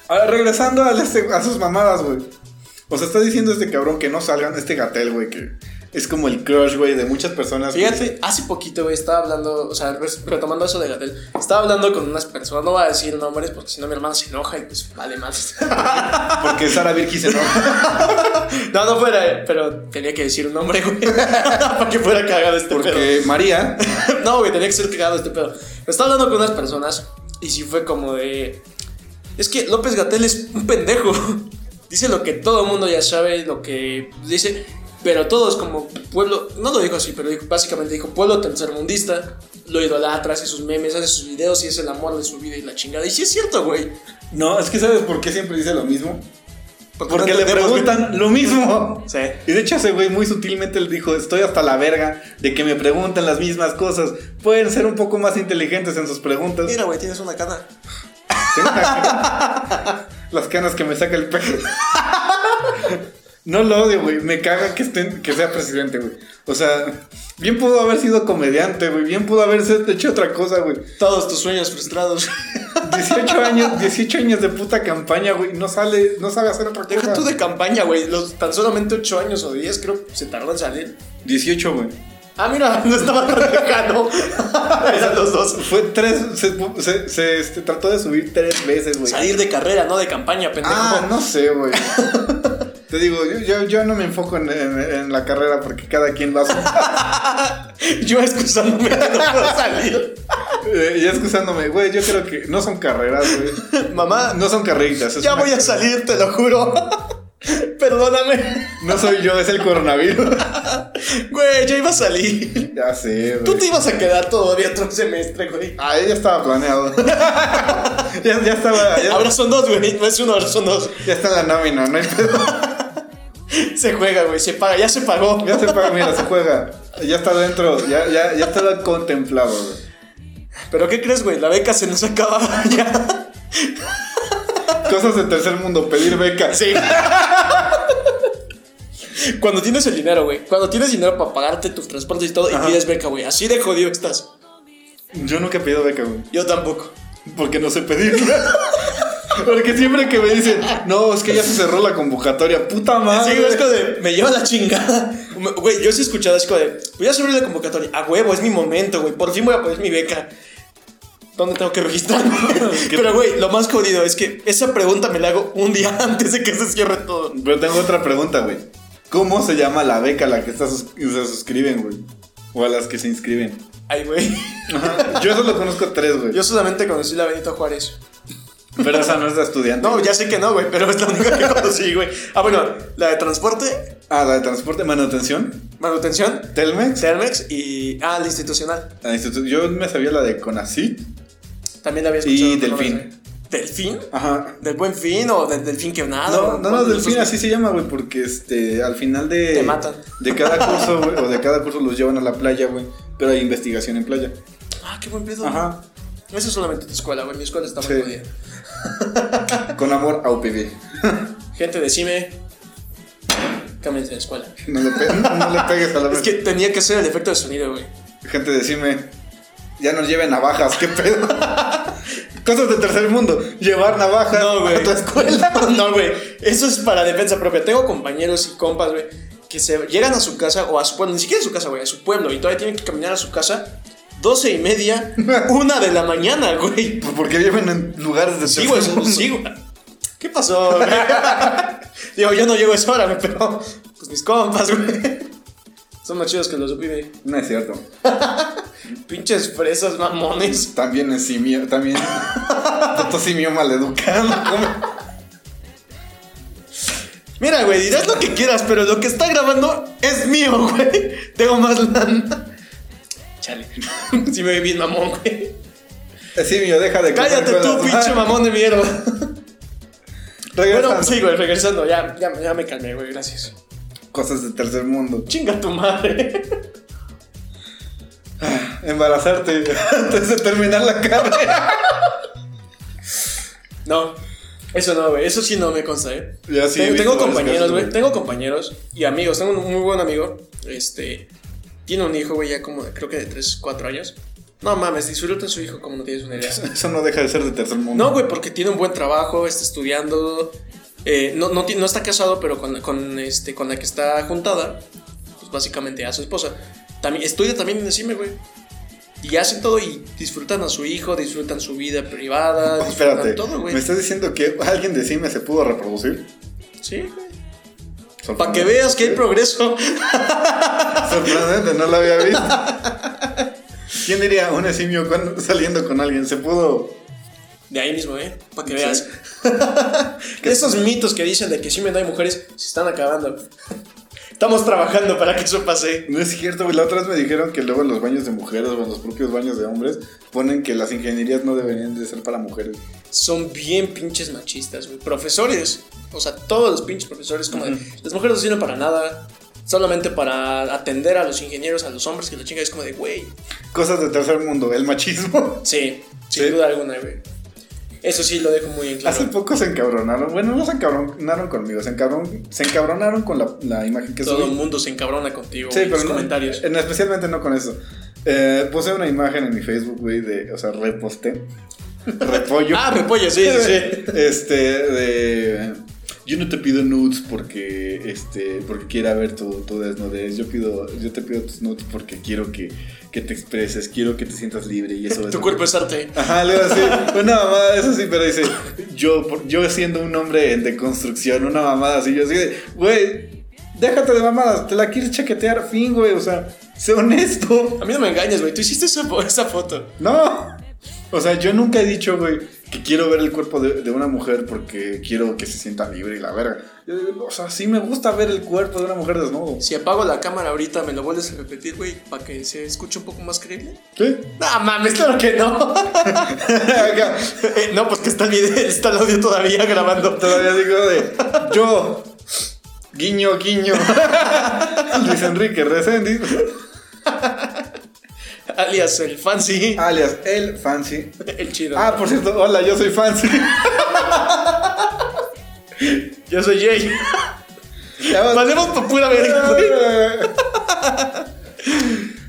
[SPEAKER 2] Ahora, regresando a, las- a sus mamadas, güey. O sea, está diciendo este cabrón que no salgan este gatel, güey, que es como el crush, güey, de muchas personas.
[SPEAKER 1] Fíjate, hace poquito, güey, estaba hablando, o sea, res- retomando eso de Gatel, estaba hablando con unas personas, no voy a decir nombres porque si no mi hermana se enoja y pues vale más.
[SPEAKER 2] Porque Sara Virgi se enoja.
[SPEAKER 1] no, no fuera, eh, pero tenía que decir un nombre, güey, para que fuera cagado este pedo.
[SPEAKER 2] Porque María.
[SPEAKER 1] No, güey, tenía que ser cagado este pedo. Pero estaba hablando con unas personas y sí fue como de. Es que López Gatel es un pendejo. Dice lo que todo el mundo ya sabe, lo que dice. Pero todos como pueblo, no lo dijo así, pero dijo- básicamente dijo pueblo tercermundista, lo idolatra, hace sus memes, hace sus videos y es el amor de su vida y la chingada. Y sí es cierto, güey.
[SPEAKER 2] No, es que ¿sabes por qué siempre dice lo mismo? Porque
[SPEAKER 1] no
[SPEAKER 2] le
[SPEAKER 1] entendemos, güey.
[SPEAKER 2] preguntan lo mismo.
[SPEAKER 1] Sí.
[SPEAKER 2] Y de hecho ese güey muy sutilmente le dijo, estoy hasta la verga de que me preguntan las mismas cosas. Pueden ser un poco más inteligentes en sus preguntas.
[SPEAKER 1] Mira, güey, tienes una cana.
[SPEAKER 2] Tengo una cara- las canas que me saca el pelo. No lo odio, güey. Me caga que, estén, que sea presidente, güey. O sea, bien pudo haber sido comediante, güey. Bien pudo haberse hecho otra cosa, güey.
[SPEAKER 1] Todos tus sueños frustrados.
[SPEAKER 2] 18 años, 18 años de puta campaña, güey. No sale, no sabe hacer otra
[SPEAKER 1] Deja tú
[SPEAKER 2] cosa.
[SPEAKER 1] de campaña, güey. Los- Tan solamente 8 años o 10, creo, se tardó en salir.
[SPEAKER 2] 18, güey.
[SPEAKER 1] Ah, mira, no estaba tan lejano. Eran los dos.
[SPEAKER 2] Fue tres, se, se- se, este, trató de subir tres veces, güey.
[SPEAKER 1] Salir de carrera, no de campaña, pendejo.
[SPEAKER 2] Ah, no sé, güey. Te digo, yo, yo, yo no me enfoco en, en- en la carrera porque cada quien lo hace.
[SPEAKER 1] Yo excusándome que no puedo salir.
[SPEAKER 2] Eh, ya excusándome, güey, yo creo que no son carreras, güey.
[SPEAKER 1] Mamá,
[SPEAKER 2] No son carreritas. es
[SPEAKER 1] ya
[SPEAKER 2] una-
[SPEAKER 1] voy a salir, te lo juro. Perdóname.
[SPEAKER 2] No soy yo, es el coronavirus.
[SPEAKER 1] Güey, ya iba a salir.
[SPEAKER 2] ya sé,
[SPEAKER 1] Tú
[SPEAKER 2] güey.
[SPEAKER 1] te ibas a quedar todavía otro semestre, güey.
[SPEAKER 2] Ah, ya estaba planeado. ya, ya estaba. Ya,
[SPEAKER 1] Ahora son dos, güey. No es uno, ahora son dos.
[SPEAKER 2] ya está en la nómina, ¿no? hay pedo.
[SPEAKER 1] Se juega, güey. Se paga, ya se pagó.
[SPEAKER 2] ya se paga, mira, se juega. Ya está dentro, ya, ya, ya estaba contemplado, güey.
[SPEAKER 1] Pero ¿qué crees, güey? La beca se nos acaba ya.
[SPEAKER 2] Cosas de tercer mundo, pedir becas.
[SPEAKER 1] Sí. Cuando tienes el dinero, güey. Cuando tienes dinero para pagarte tus transportes y todo
[SPEAKER 2] Ajá.
[SPEAKER 1] y pides beca, güey. Así de jodido estás.
[SPEAKER 2] Yo nunca he pedido beca, güey.
[SPEAKER 1] Yo tampoco.
[SPEAKER 2] Porque no sé pedirla. Porque siempre que me dicen, no, es que ya se cerró la convocatoria, puta
[SPEAKER 1] Sí,
[SPEAKER 2] madre.
[SPEAKER 1] Ah, güey, es como de, me lleva la chingada. Me- Güey, yo sí he escuchado, es como de, voy a subir la convocatoria. A huevo, es mi momento, güey. Por fin voy a poner mi beca. ¿Dónde tengo que registrarme? Pero, güey, lo más jodido es que esa pregunta me la hago un día antes de que se cierre todo.
[SPEAKER 2] Pero tengo otra pregunta, güey. ¿Cómo se llama la beca a la que está sus- se suscriben, güey? O a las que se inscriben.
[SPEAKER 1] Ay, güey.
[SPEAKER 2] Yo solo conozco tres, güey.
[SPEAKER 1] Yo solamente conocí la Benito Juárez.
[SPEAKER 2] Pero esa no es de estudiante.
[SPEAKER 1] No, ya sé que no, güey, pero es la única que conocí, güey. Ah, bueno, la de transporte,
[SPEAKER 2] Ah, la de transporte, manutención,
[SPEAKER 1] manutención,
[SPEAKER 2] Telmex.
[SPEAKER 1] Telmex y. Ah, la institucional.
[SPEAKER 2] la institu- Yo me sabía la de Conacit.
[SPEAKER 1] También la había
[SPEAKER 2] Y
[SPEAKER 1] escuchado.
[SPEAKER 2] Delfín.
[SPEAKER 1] ¿no? ¿Delfín?
[SPEAKER 2] Ajá.
[SPEAKER 1] ¿Del buen fin o del delfín que nada?
[SPEAKER 2] No, no, no,
[SPEAKER 1] del
[SPEAKER 2] Delfín así se llama, güey, porque este, al final de.
[SPEAKER 1] Te matan.
[SPEAKER 2] De cada curso, güey, o de cada curso los llevan a la playa, güey. Pero hay investigación en playa.
[SPEAKER 1] Ah, qué buen pedo.
[SPEAKER 2] Ajá.
[SPEAKER 1] Eso es solamente tu escuela, güey. Mi escuela está muy
[SPEAKER 2] Sí.
[SPEAKER 1] jodida.
[SPEAKER 2] Con amor a UPB.
[SPEAKER 1] Gente, decime. Cámbiense de escuela.
[SPEAKER 2] No le, pe- no le pegues a la
[SPEAKER 1] Es que tenía que ser el efecto de sonido, güey.
[SPEAKER 2] Gente, decime, ya nos lleven navajas, qué pedo. Cosas de tercer mundo, llevar navajas
[SPEAKER 1] No, güey.
[SPEAKER 2] a tu escuela.
[SPEAKER 1] No, güey. Eso es para defensa propia. Tengo compañeros y compas, güey, que se llegan a su casa o a su pueblo, ni siquiera a su casa, güey, a su pueblo, y todavía tienen que caminar a su casa. 12 y media, una de la mañana, güey.
[SPEAKER 2] Pues porque viven en lugares de
[SPEAKER 1] Sí, güey,
[SPEAKER 2] tercer mundo.
[SPEAKER 1] sí, güey. ¿Qué pasó, güey? Digo, yo no llego a esa hora, güey, pero pues mis compas, güey. Son más chidos que los pibes.
[SPEAKER 2] No es cierto.
[SPEAKER 1] Pinches fresas, mamones.
[SPEAKER 2] También es simio, también. Tanto simio maleducado. ¿cómo?
[SPEAKER 1] Mira, güey, dirás lo que quieras, pero lo que está grabando es mío, güey. Tengo más lana. Chale. Si me vi bien mamón, güey.
[SPEAKER 2] Es simio, deja de comer
[SPEAKER 1] Cállate
[SPEAKER 2] con
[SPEAKER 1] tú,
[SPEAKER 2] las-
[SPEAKER 1] pinche mamón de mierda.
[SPEAKER 2] Regresando.
[SPEAKER 1] Bueno, sí, güey, regresando. Ya, ya, ya me calmé, güey, gracias.
[SPEAKER 2] Cosas de tercer mundo.
[SPEAKER 1] Chinga tu madre.
[SPEAKER 2] Embarazarte antes de terminar la carrera.
[SPEAKER 1] No. Eso no, güey. Eso sí no me consta, eh.
[SPEAKER 2] Ya sí he
[SPEAKER 1] tengo
[SPEAKER 2] visto
[SPEAKER 1] tengo
[SPEAKER 2] varios
[SPEAKER 1] compañeros,
[SPEAKER 2] casos,
[SPEAKER 1] güey. Tengo compañeros y amigos. Tengo un muy buen amigo. Este. Tiene un hijo, güey, ya como de- creo que de 3, 4 años. No mames, disfruta su hijo como no tienes una idea.
[SPEAKER 2] Eso no deja de ser de tercer mundo.
[SPEAKER 1] No, güey, porque tiene un buen trabajo, está estudiando. eh, no, no, ti- no está casado, pero con, con, este, con la que está juntada, pues básicamente a su esposa. También, estudia también en el CIME, güey. Y hacen todo y disfrutan a su hijo, disfrutan su vida privada, disfrutan
[SPEAKER 2] Espérate,
[SPEAKER 1] todo, güey.
[SPEAKER 2] ¿me estás diciendo que alguien de Cime se pudo reproducir?
[SPEAKER 1] Sí, güey. Para que veas que hay
[SPEAKER 2] problema.
[SPEAKER 1] progreso.
[SPEAKER 2] Sorprendente, no lo había visto. ¿Quién diría un simio con- saliendo con alguien? ¿Se pudo?
[SPEAKER 1] De ahí mismo, ¿eh? Para que
[SPEAKER 2] Sí.
[SPEAKER 1] veas. Esos mitos que dicen de que CIME no hay mujeres se están acabando. Estamos trabajando para que eso pase.
[SPEAKER 2] No es cierto, güey. La otra vez me dijeron que luego en los baños de mujeres o en los propios baños de hombres ponen que las ingenierías no deberían de ser para mujeres.
[SPEAKER 1] son bien pinches machistas, güey. Profesores, o sea, todos los pinches profesores, como de, las mujeres no sirven para nada, solamente para atender a los ingenieros, a los hombres, que la chinga es como de, güey.
[SPEAKER 2] Cosas de tercer mundo, el machismo.
[SPEAKER 1] Sí,
[SPEAKER 2] Sí.
[SPEAKER 1] sin duda alguna, güey. Eso sí lo dejo muy en
[SPEAKER 2] Hace
[SPEAKER 1] claro.
[SPEAKER 2] poco se encabronaron. Bueno, no se encabronaron conmigo, se, encabron, se encabronaron con la, la imagen que
[SPEAKER 1] Todo
[SPEAKER 2] subí.
[SPEAKER 1] el mundo se encabrona contigo
[SPEAKER 2] Sí,
[SPEAKER 1] güey, en
[SPEAKER 2] pero
[SPEAKER 1] los
[SPEAKER 2] no-
[SPEAKER 1] comentarios.
[SPEAKER 2] en- especialmente no con eso. Eh, puse una imagen en mi Facebook, güey, de, o sea, reposté. Repollo.
[SPEAKER 1] Ah, repollo, sí, sí, sí.
[SPEAKER 2] Este, de. Yo no te pido nudes porque, este, porque quiera ver tu, tu desnudez. Yo pido, yo te pido tus nudes porque quiero que, que te expreses, quiero que te sientas libre y eso es.
[SPEAKER 1] Tu cuerpo es arte.
[SPEAKER 2] Ajá, le iba a decir, una mamada, eso sí, pero dice, yo, por- yo siendo un hombre en deconstrucción, una mamada así, yo así de, güey, déjate de mamadas, te la quieres chaquetear, fin, güey, o sea, sé honesto.
[SPEAKER 1] A mí no me engañes, güey. Tú hiciste esa, fo- esa foto.
[SPEAKER 2] No, o sea, yo nunca he dicho, güey, que quiero ver el cuerpo de, de una mujer porque quiero que se sienta libre y la verga. Yo digo, O sea, sí me gusta ver el cuerpo de una mujer desnudo.
[SPEAKER 1] Si apago la cámara ahorita, ¿me lo vuelves a repetir, güey? Para que se escuche un poco más creíble.
[SPEAKER 2] ¿Sí?
[SPEAKER 1] No mames, claro que no.
[SPEAKER 2] Acá,
[SPEAKER 1] Eh, no, pues que está el video, está el audio todavía grabando.
[SPEAKER 2] Todavía digo de, yo, guiño, guiño. Luis Enrique Reséndiz.
[SPEAKER 1] Alias el fancy.
[SPEAKER 2] alias el Fancy.
[SPEAKER 1] El chido.
[SPEAKER 2] Ah, por cierto, hola, yo soy Fancy.
[SPEAKER 1] yo soy Jay.
[SPEAKER 2] Ya vas-
[SPEAKER 1] Pasemos por pura verga, güey.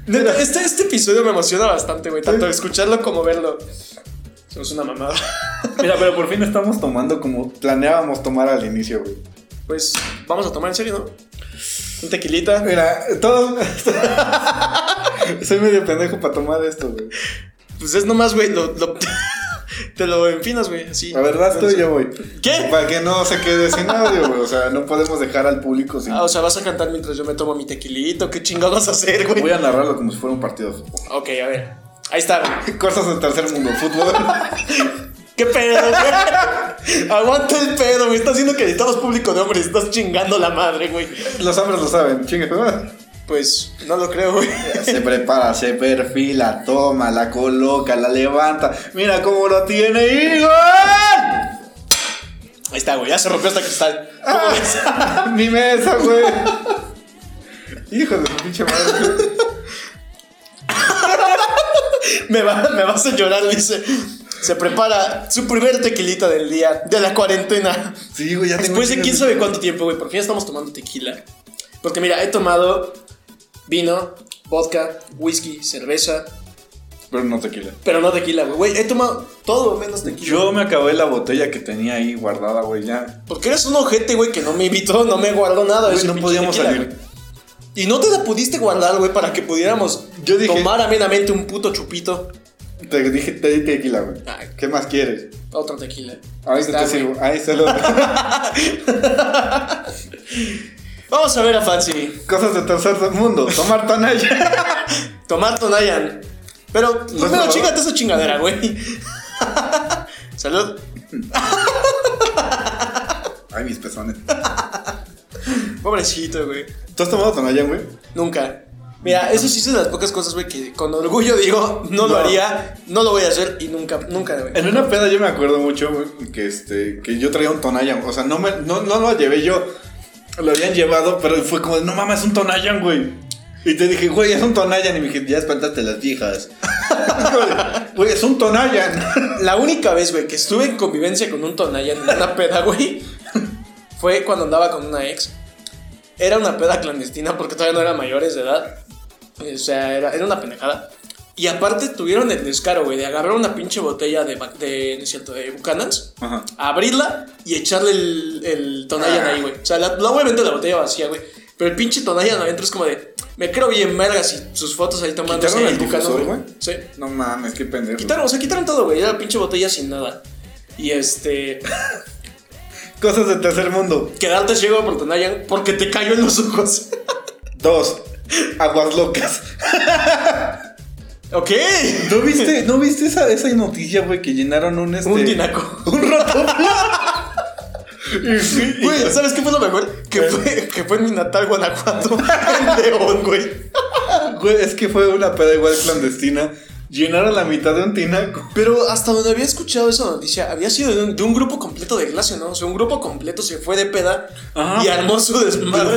[SPEAKER 1] Neta, este, este episodio me emociona bastante, güey. Tanto escucharlo como verlo. Somos una mamada.
[SPEAKER 2] Mira, pero por fin estamos tomando como planeábamos tomar al inicio, güey.
[SPEAKER 1] Pues vamos a tomar en serio, ¿no? Un tequilita.
[SPEAKER 2] Mira, todos. soy medio pendejo para tomar esto, güey.
[SPEAKER 1] Pues es nomás, güey. Lo, lo- te lo enfinas, güey. Así.
[SPEAKER 2] La verdad, tú y yo voy.
[SPEAKER 1] ¿Qué?
[SPEAKER 2] Para que no se quede sin audio, güey. O sea, no podemos dejar al público sin.
[SPEAKER 1] Ah, o sea, vas a cantar mientras yo me tomo mi tequilito. ¿Qué chingados vas a hacer,
[SPEAKER 2] Voy
[SPEAKER 1] güey?
[SPEAKER 2] a narrarlo como si fuera un partido de fútbol.
[SPEAKER 1] Ok, a ver. Ahí está, güey.
[SPEAKER 2] Cosas del tercer mundo, fútbol.
[SPEAKER 1] ¿Qué pedo, güey? Aguanta el pedo, me Estás haciendo que necesitamos público de hombres. Estás chingando la madre, güey.
[SPEAKER 2] Los hombres lo saben, chingue tu madre.
[SPEAKER 1] Pues no lo creo, güey.
[SPEAKER 2] Se prepara, se perfila, toma, la coloca, la levanta. Mira cómo lo tiene Igor.
[SPEAKER 1] Ahí está, güey. Ya se rompió hasta cristal. ¿Cómo ves?
[SPEAKER 2] Ah, Mi mesa, güey. Hijo de su pinche madre.
[SPEAKER 1] Me, va- me vas a llorar, dice. Se prepara su primer tequilita del día, de la cuarentena.
[SPEAKER 2] Sí, güey, ya tengo
[SPEAKER 1] Después de
[SPEAKER 2] chingas
[SPEAKER 1] quién sabe cuánto tiempo, güey. Por fin estamos tomando tequila. Porque mira, he tomado vino, vodka, whisky, cerveza.
[SPEAKER 2] Pero no tequila.
[SPEAKER 1] Pero no tequila, güey. Güey, He tomado todo menos tequila.
[SPEAKER 2] Yo me acabé la botella que tenía ahí guardada, güey, ya.
[SPEAKER 1] Porque eres un ojete, güey, que no me invitó, no me guardó nada. de
[SPEAKER 2] Güey,
[SPEAKER 1] ese
[SPEAKER 2] no
[SPEAKER 1] Ah, pinche
[SPEAKER 2] podíamos
[SPEAKER 1] tequila,
[SPEAKER 2] salir.
[SPEAKER 1] güey. Y no te la pudiste guardar, güey, para que pudiéramos
[SPEAKER 2] Yo dije-
[SPEAKER 1] tomar amenamente un puto chupito.
[SPEAKER 2] Te dije, te di tequila, güey.
[SPEAKER 1] Ay.
[SPEAKER 2] ¿Qué más quieres?
[SPEAKER 1] Otro tequila.
[SPEAKER 2] Ahí
[SPEAKER 1] Está,
[SPEAKER 2] te
[SPEAKER 1] güey.
[SPEAKER 2] sirvo. Ahí se lo.
[SPEAKER 1] Vamos a ver a Fancy.
[SPEAKER 2] Cosas de tercer mundo. Tomar tonalla.
[SPEAKER 1] Tomar Tonayan. Pero primero
[SPEAKER 2] favor.
[SPEAKER 1] chingate esa chingadera, güey. Salud.
[SPEAKER 2] Ay, mis pezones.
[SPEAKER 1] Pobrecito, güey.
[SPEAKER 2] ¿Tú has tomado tonalla, güey?
[SPEAKER 1] Nunca. Mira, eso sí es de las pocas cosas, güey, que con orgullo digo, no,
[SPEAKER 2] No.
[SPEAKER 1] lo haría, no lo voy a hacer y nunca, nunca, güey.
[SPEAKER 2] En una peda yo me acuerdo mucho güey, que este que yo traía un Tonayan, o sea, no me no, no lo llevé yo. Lo habían llevado, pero fue como, "No mames, es un Tonayan, güey." Y te dije, "Güey, es un Tonayan." Y me dije, "Ya espantaste a las viejas." Güey, es un Tonayan.
[SPEAKER 1] La única vez, güey, que estuve en convivencia con un Tonayan en una peda, güey, fue cuando andaba con una ex. Era una peda clandestina porque todavía no eran mayores de edad. O sea, era, era una pendejada. Y aparte tuvieron el descaro, güey, de agarrar una pinche botella de, ba- de, no es cierto, de Buchanan's,
[SPEAKER 2] Ajá.
[SPEAKER 1] abrirla y echarle el, el Tonayan
[SPEAKER 2] Ah.
[SPEAKER 1] ahí, güey. O sea, la, la- obviamente la botella vacía, güey. Pero el pinche Tonayan adentro es como de, me creo bien vergas y sus fotos ahí tomando
[SPEAKER 2] ¿Quitaron el
[SPEAKER 1] Buchanan,
[SPEAKER 2] difusor, güey?
[SPEAKER 1] Sí.
[SPEAKER 2] No mames, qué pendejo.
[SPEAKER 1] Quitaron, o sea, quitaron todo, güey. Era la pinche botella sin nada. Y este.
[SPEAKER 2] Cosas de tercer mundo.
[SPEAKER 1] Quedarte ciego por Tonayan porque te cayó en los ojos.
[SPEAKER 2] Dos. Aguas locas.
[SPEAKER 1] ok.
[SPEAKER 2] ¿No viste, ¿no viste esa, esa noticia, güey? Que llenaron un este.
[SPEAKER 1] Un dinaco.
[SPEAKER 2] Un rato.
[SPEAKER 1] Güey, ¿sabes qué fue lo mejor? Que fue, que fue en mi natal Guanajuato. En León, güey.
[SPEAKER 2] Güey, es que fue una peda igual clandestina. Llenaron la mitad de un tinaco.
[SPEAKER 1] Pero hasta donde había escuchado esa noticia, había sido de un, de un grupo completo de clase, ¿no? O sea, un grupo completo se fue de peda
[SPEAKER 2] Ajá.
[SPEAKER 1] y armó su desmadre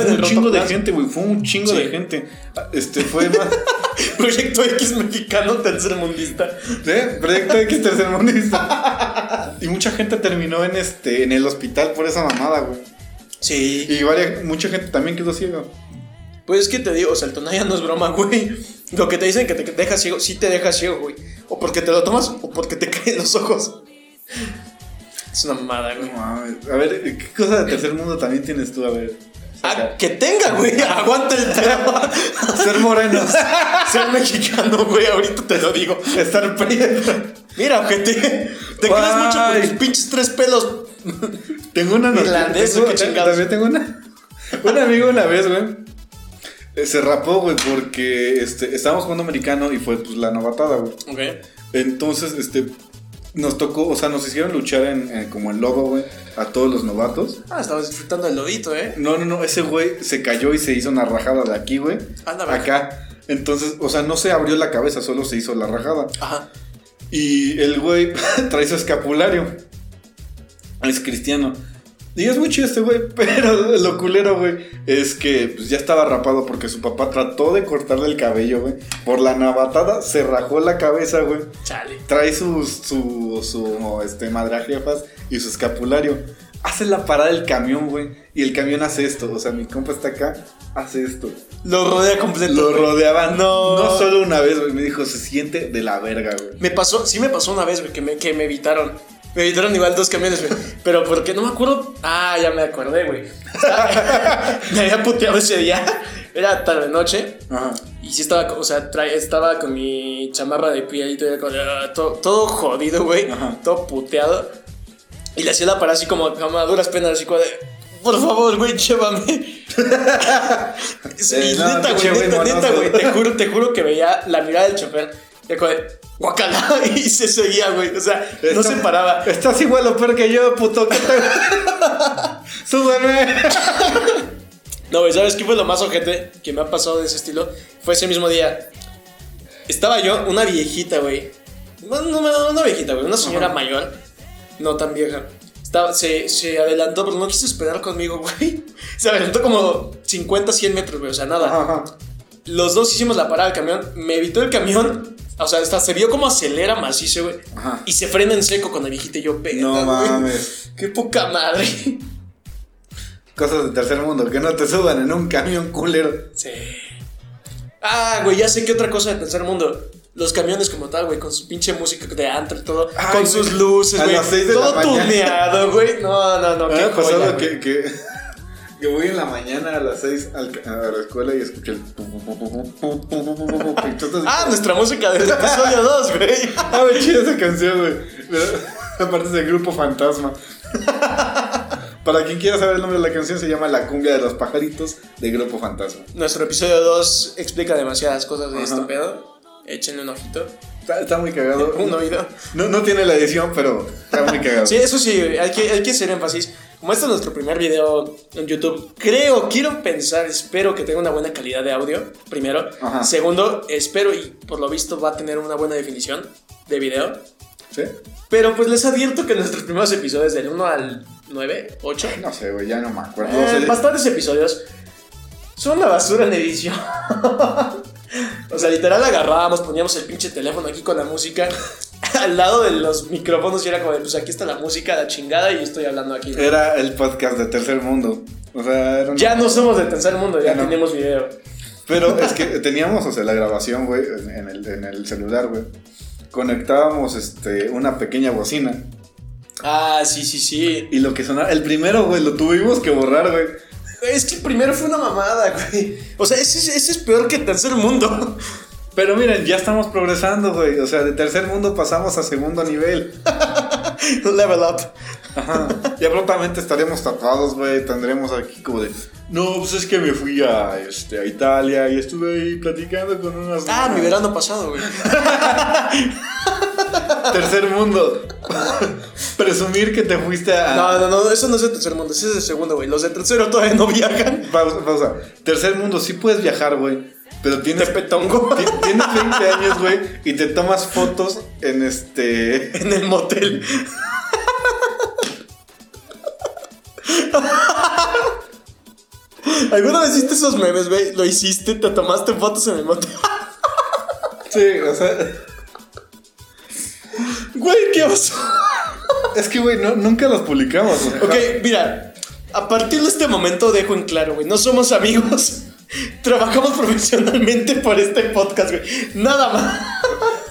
[SPEAKER 2] Pero
[SPEAKER 1] en
[SPEAKER 2] fue
[SPEAKER 1] el
[SPEAKER 2] un chingo de
[SPEAKER 1] Rotoplas.
[SPEAKER 2] gente, güey. Fue un chingo
[SPEAKER 1] Sí.
[SPEAKER 2] de gente. Ah, Este fue más.
[SPEAKER 1] Proyecto X mexicano tercermundista.
[SPEAKER 2] ¿Eh? Proyecto X tercermundista. Y mucha gente terminó en este en el hospital por esa mamada, güey.
[SPEAKER 1] Sí.
[SPEAKER 2] Y varia- mucha gente también quedó ciega.
[SPEAKER 1] Pues es que te digo, o sea, el Tonaya no es broma, güey. Lo que te dicen que te deja ciego, sí te deja ciego, güey. O porque te lo tomas o porque te caen los ojos. Es una mamada,
[SPEAKER 2] No
[SPEAKER 1] güey.
[SPEAKER 2] mames. A ver, ¿qué cosa de tercer mundo también tienes tú? A ver.
[SPEAKER 1] Ah, que tenga, güey. Aguanta el tema.
[SPEAKER 2] Ser morenos.
[SPEAKER 1] Ser mexicano, güey. Ahorita te lo digo.
[SPEAKER 2] Estar prieto.
[SPEAKER 1] Mira, ojete. Te crees
[SPEAKER 2] Guay.
[SPEAKER 1] mucho con tus pinches tres pelos.
[SPEAKER 2] Tengo una
[SPEAKER 1] Irlandés,
[SPEAKER 2] tengo-
[SPEAKER 1] ¿o qué
[SPEAKER 2] tengo-
[SPEAKER 1] chingados?
[SPEAKER 2] También tengo una. Un amigo una vez, güey. eh, Se rapó, güey, porque este, estábamos jugando americano y fue pues la novatada, güey.
[SPEAKER 1] Ok.
[SPEAKER 2] Entonces, este, nos tocó, o sea, nos hicieron luchar en, en- como el lobo, güey, a todos los novatos.
[SPEAKER 1] Ah, estabas disfrutando del lodito, eh.
[SPEAKER 2] No, no, no, ese güey se cayó y se hizo una rajada de aquí, güey.
[SPEAKER 1] Anda, güey.
[SPEAKER 2] Acá. Entonces, o sea, no se abrió la cabeza, solo se hizo la rajada.
[SPEAKER 1] Ajá.
[SPEAKER 2] Y el güey trae su escapulario. Es cristiano. Y es muy chido este güey, pero lo culero, güey, es que pues, ya estaba rapado porque su papá trató de cortarle el cabello, güey. Por la navatada se rajó la cabeza, güey.
[SPEAKER 1] Chale.
[SPEAKER 2] Trae su, su, su este, madrajefas y su escapulario. Hace la parada del camión, güey. Y el camión hace esto. O sea, mi compa está acá, hace esto.
[SPEAKER 1] Lo rodea completo.
[SPEAKER 2] Lo
[SPEAKER 1] güey.
[SPEAKER 2] rodeaban.
[SPEAKER 1] No.
[SPEAKER 2] No solo una vez, güey. Me dijo, se siente de la verga, güey.
[SPEAKER 1] Me pasó, sí me pasó una vez, güey, que me, que me evitaron. Me evitaron igual dos camiones, güey. Pero porque no me acuerdo. Ah, ya me acordé, güey. me había puteado ese día. Era tarde noche.
[SPEAKER 2] Ajá.
[SPEAKER 1] Y sí estaba, o sea, tra- estaba con mi chamarra de piel y todo, con- ah, todo, todo jodido, güey.
[SPEAKER 2] Ajá.
[SPEAKER 1] Todo puteado. Y le hacía la parada así como, como a duras penas, así como de, por favor, güey, llévame. Sí,
[SPEAKER 2] Eh, no,
[SPEAKER 1] neta, güey,
[SPEAKER 2] pinche güey
[SPEAKER 1] neta, neta,
[SPEAKER 2] monoso.
[SPEAKER 1] güey. Te juro, te juro que veía la mirada del chofer. Y como de, guacala. Y se seguía, güey. O sea, no
[SPEAKER 2] Está-
[SPEAKER 1] se paraba.
[SPEAKER 2] Estás igual o peor que yo, puto. ¿qué te- Súbeme.
[SPEAKER 1] No, güey, ¿sabes qué fue lo más ojete que me ha pasado de ese estilo? Fue ese mismo día. Estaba yo, una viejita, güey. No, no, no, una viejita, güey. Una señora
[SPEAKER 2] Ajá.
[SPEAKER 1] mayor. No tan vieja. Estaba, se, se adelantó, pero no quiso esperar conmigo, güey. Se adelantó como 50, 100 metros, güey. O sea, nada.
[SPEAKER 2] Ajá.
[SPEAKER 1] Los dos hicimos la parada del camión. Me evitó el camión. O sea, hasta se vio como acelera macizo, güey.
[SPEAKER 2] Ajá.
[SPEAKER 1] Y se frena en seco con la viejita y yo, "Verga,
[SPEAKER 2] No
[SPEAKER 1] güey,
[SPEAKER 2] mames.
[SPEAKER 1] Qué poca madre. Sí.
[SPEAKER 2] Cosas de tercer mundo, que no te suban en un camión culero.
[SPEAKER 1] Ah, güey, ya sé qué otra cosa de tercer mundo. Los camiones como tal, güey, con su pinche música de antro y todo.
[SPEAKER 2] Ay,
[SPEAKER 1] con
[SPEAKER 2] güey.
[SPEAKER 1] sus luces,
[SPEAKER 2] A
[SPEAKER 1] güey.
[SPEAKER 2] las seis de la
[SPEAKER 1] Todo
[SPEAKER 2] mañana. Ah,
[SPEAKER 1] tuneado, güey. No, no, no.
[SPEAKER 2] Me
[SPEAKER 1] Qué
[SPEAKER 2] ha pasado
[SPEAKER 1] joya, güey.
[SPEAKER 2] que, que, que voy en la mañana a las 6 a la escuela y escuché el. pu, pu, pu, pu, pu, pu, pu, pu, pu, pu. Entonces,
[SPEAKER 1] Ah, nuestra música del episodio 2, güey.
[SPEAKER 2] Ah, güey, chida esa canción, güey. Aparte es del grupo Fantasma. Para quien quiera saber el nombre de la canción, se llama La cumbia de los pajaritos de Grupo Fantasma.
[SPEAKER 1] Nuestro episodio 2 explica demasiadas cosas de
[SPEAKER 2] Ajá.
[SPEAKER 1] este pedo. Échenle un ojito.
[SPEAKER 2] Está, está muy cagado.
[SPEAKER 1] Un oído.
[SPEAKER 2] No, no tiene la edición, pero está muy cagado.
[SPEAKER 1] Sí, eso sí, güey, hay que, hay que hacer énfasis. Como este es nuestro primer video en YouTube, creo, quiero pensar, espero que tenga una buena calidad de audio, primero.
[SPEAKER 2] Ajá.
[SPEAKER 1] Segundo, espero y por lo visto va a tener una buena definición de video.
[SPEAKER 2] ¿Sí?
[SPEAKER 1] Pero pues les advierto que nuestros primeros episodios del 1 al 9, 8,
[SPEAKER 2] No sé, güey, ya no me acuerdo.
[SPEAKER 1] eh,
[SPEAKER 2] O sea,
[SPEAKER 1] bastantes episodios, son la basura en edición. o sea, literal agarrábamos, poníamos el pinche teléfono aquí con la música al lado de los micrófonos y era como, de, pues aquí está la música, la chingada y estoy hablando aquí. ¿no?
[SPEAKER 2] Era el podcast de Tercer Mundo. O sea, era una-
[SPEAKER 1] Ya no somos de tercer mundo, ya,
[SPEAKER 2] Ya no.
[SPEAKER 1] tenemos video.
[SPEAKER 2] Pero es que teníamos, o sea, la grabación, güey, en en el, en el celular, güey. Conectábamos este, una pequeña bocina.
[SPEAKER 1] Ah, sí, sí, sí.
[SPEAKER 2] Y lo que sonaba, el primero, güey, lo tuvimos que borrar, güey.
[SPEAKER 1] Es que primero fue una mamada, güey. O sea, ese, es- ese es peor que tercer mundo.
[SPEAKER 2] Pero miren, ya estamos progresando, güey. O sea, de tercer mundo pasamos a segundo nivel.
[SPEAKER 1] Level up.
[SPEAKER 2] Ajá. Ya prontamente estaremos tapados, güey. Tendremos aquí como de. No, pues es que me fui a, este, a Italia y estuve ahí platicando con unas.
[SPEAKER 1] Ah, mi verano pasado, güey.
[SPEAKER 2] Tercer mundo. Presumir que te fuiste a.
[SPEAKER 1] No, no, no, eso no es de tercer mundo, ese es de segundo, güey. Los de tercero todavía no viajan.
[SPEAKER 2] Pausa, pausa. Tercer mundo, sí puedes viajar, güey. Pero tienes.
[SPEAKER 1] Tepetongo.
[SPEAKER 2] ti- Tienes 20 años, güey. Y te tomas fotos en este.
[SPEAKER 1] En el motel. ¿Alguna vez hiciste esos memes, güey? Lo hiciste, te tomaste fotos en el motel.
[SPEAKER 2] Sí, o sea.
[SPEAKER 1] Güey, qué oso.
[SPEAKER 2] Es que, güey, no- nunca los publicamos, güey.
[SPEAKER 1] Ok, mira. A partir de este momento dejo en claro, güey. No somos amigos. Trabajamos profesionalmente por este podcast, güey. Nada más.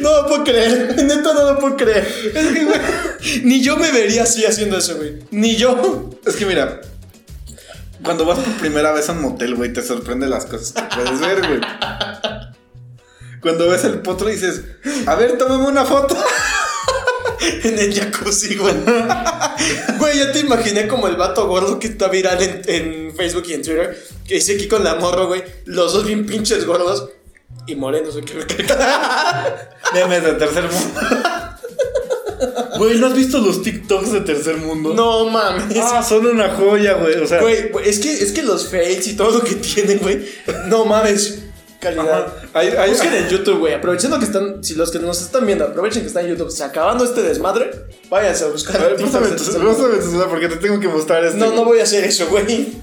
[SPEAKER 1] No lo puedo creer. Neta, no lo puedo creer. Es que, güey. Ni yo me vería así haciendo eso, güey. Ni yo.
[SPEAKER 2] Es que mira, cuando vas por primera vez a un motel, güey, te sorprende las cosas que puedes ver, güey. Cuando ves el potro dices, a ver, tómame una foto.
[SPEAKER 1] En el jacuzzi, güey. Güey, ya te imaginé como el vato gordo que está viral en, en Facebook y en Twitter. Que dice aquí con la morro, güey. Los dos bien pinches gordos. Y morenos, güey. que-
[SPEAKER 2] Memes de tercer mundo. Güey, ¿no has visto los TikToks de tercer mundo?
[SPEAKER 1] No mames.
[SPEAKER 2] Ah, son una joya, güey. O sea,
[SPEAKER 1] Güey, güey, es que, es que los fakes y todo lo que tienen, güey. No mames. Calidad.
[SPEAKER 2] Ajá. Hay- hay-
[SPEAKER 1] Busquen en YouTube, güey. Aprovechando que están. Si los que nos están viendo, aprovechen que están en YouTube. Se acabando este desmadre, váyanse a buscar.
[SPEAKER 2] a ver,
[SPEAKER 1] TikToks
[SPEAKER 2] préstame
[SPEAKER 1] de
[SPEAKER 2] tu
[SPEAKER 1] tercer
[SPEAKER 2] celular, préstame tu celular porque te tengo que mostrar este. esto.
[SPEAKER 1] No, no voy a hacer eso, güey.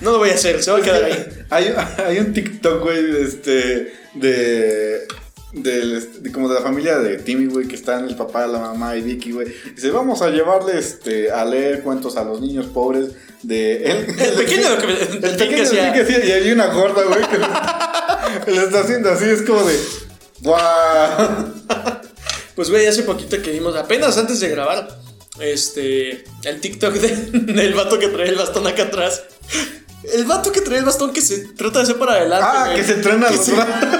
[SPEAKER 1] No lo voy a hacer, se va a quedar ahí.
[SPEAKER 2] Hay, hay un TikTok, güey, este, de, del, este, de como de la familia de Timmy, güey, que están el papá, la mamá y Vicky, güey. Dice, vamos a llevarle este, a leer cuentos a los niños pobres de él.
[SPEAKER 1] El pequeño lo que
[SPEAKER 2] El
[SPEAKER 1] me- el que
[SPEAKER 2] pequeño
[SPEAKER 1] hacía.
[SPEAKER 2] Vicky hacía, y hay una gorda, güey, que lo, lo está haciendo así, es como de, ¡guau!
[SPEAKER 1] Pues, güey, hace poquito que vimos, apenas antes de grabar, este. El TikTok de- del vato que trae el bastón acá atrás. El vato que trae el bastón que se trata de hacer para adelante.
[SPEAKER 2] Ah,
[SPEAKER 1] güey.
[SPEAKER 2] que se truena
[SPEAKER 1] Que
[SPEAKER 2] los
[SPEAKER 1] se-
[SPEAKER 2] brazos.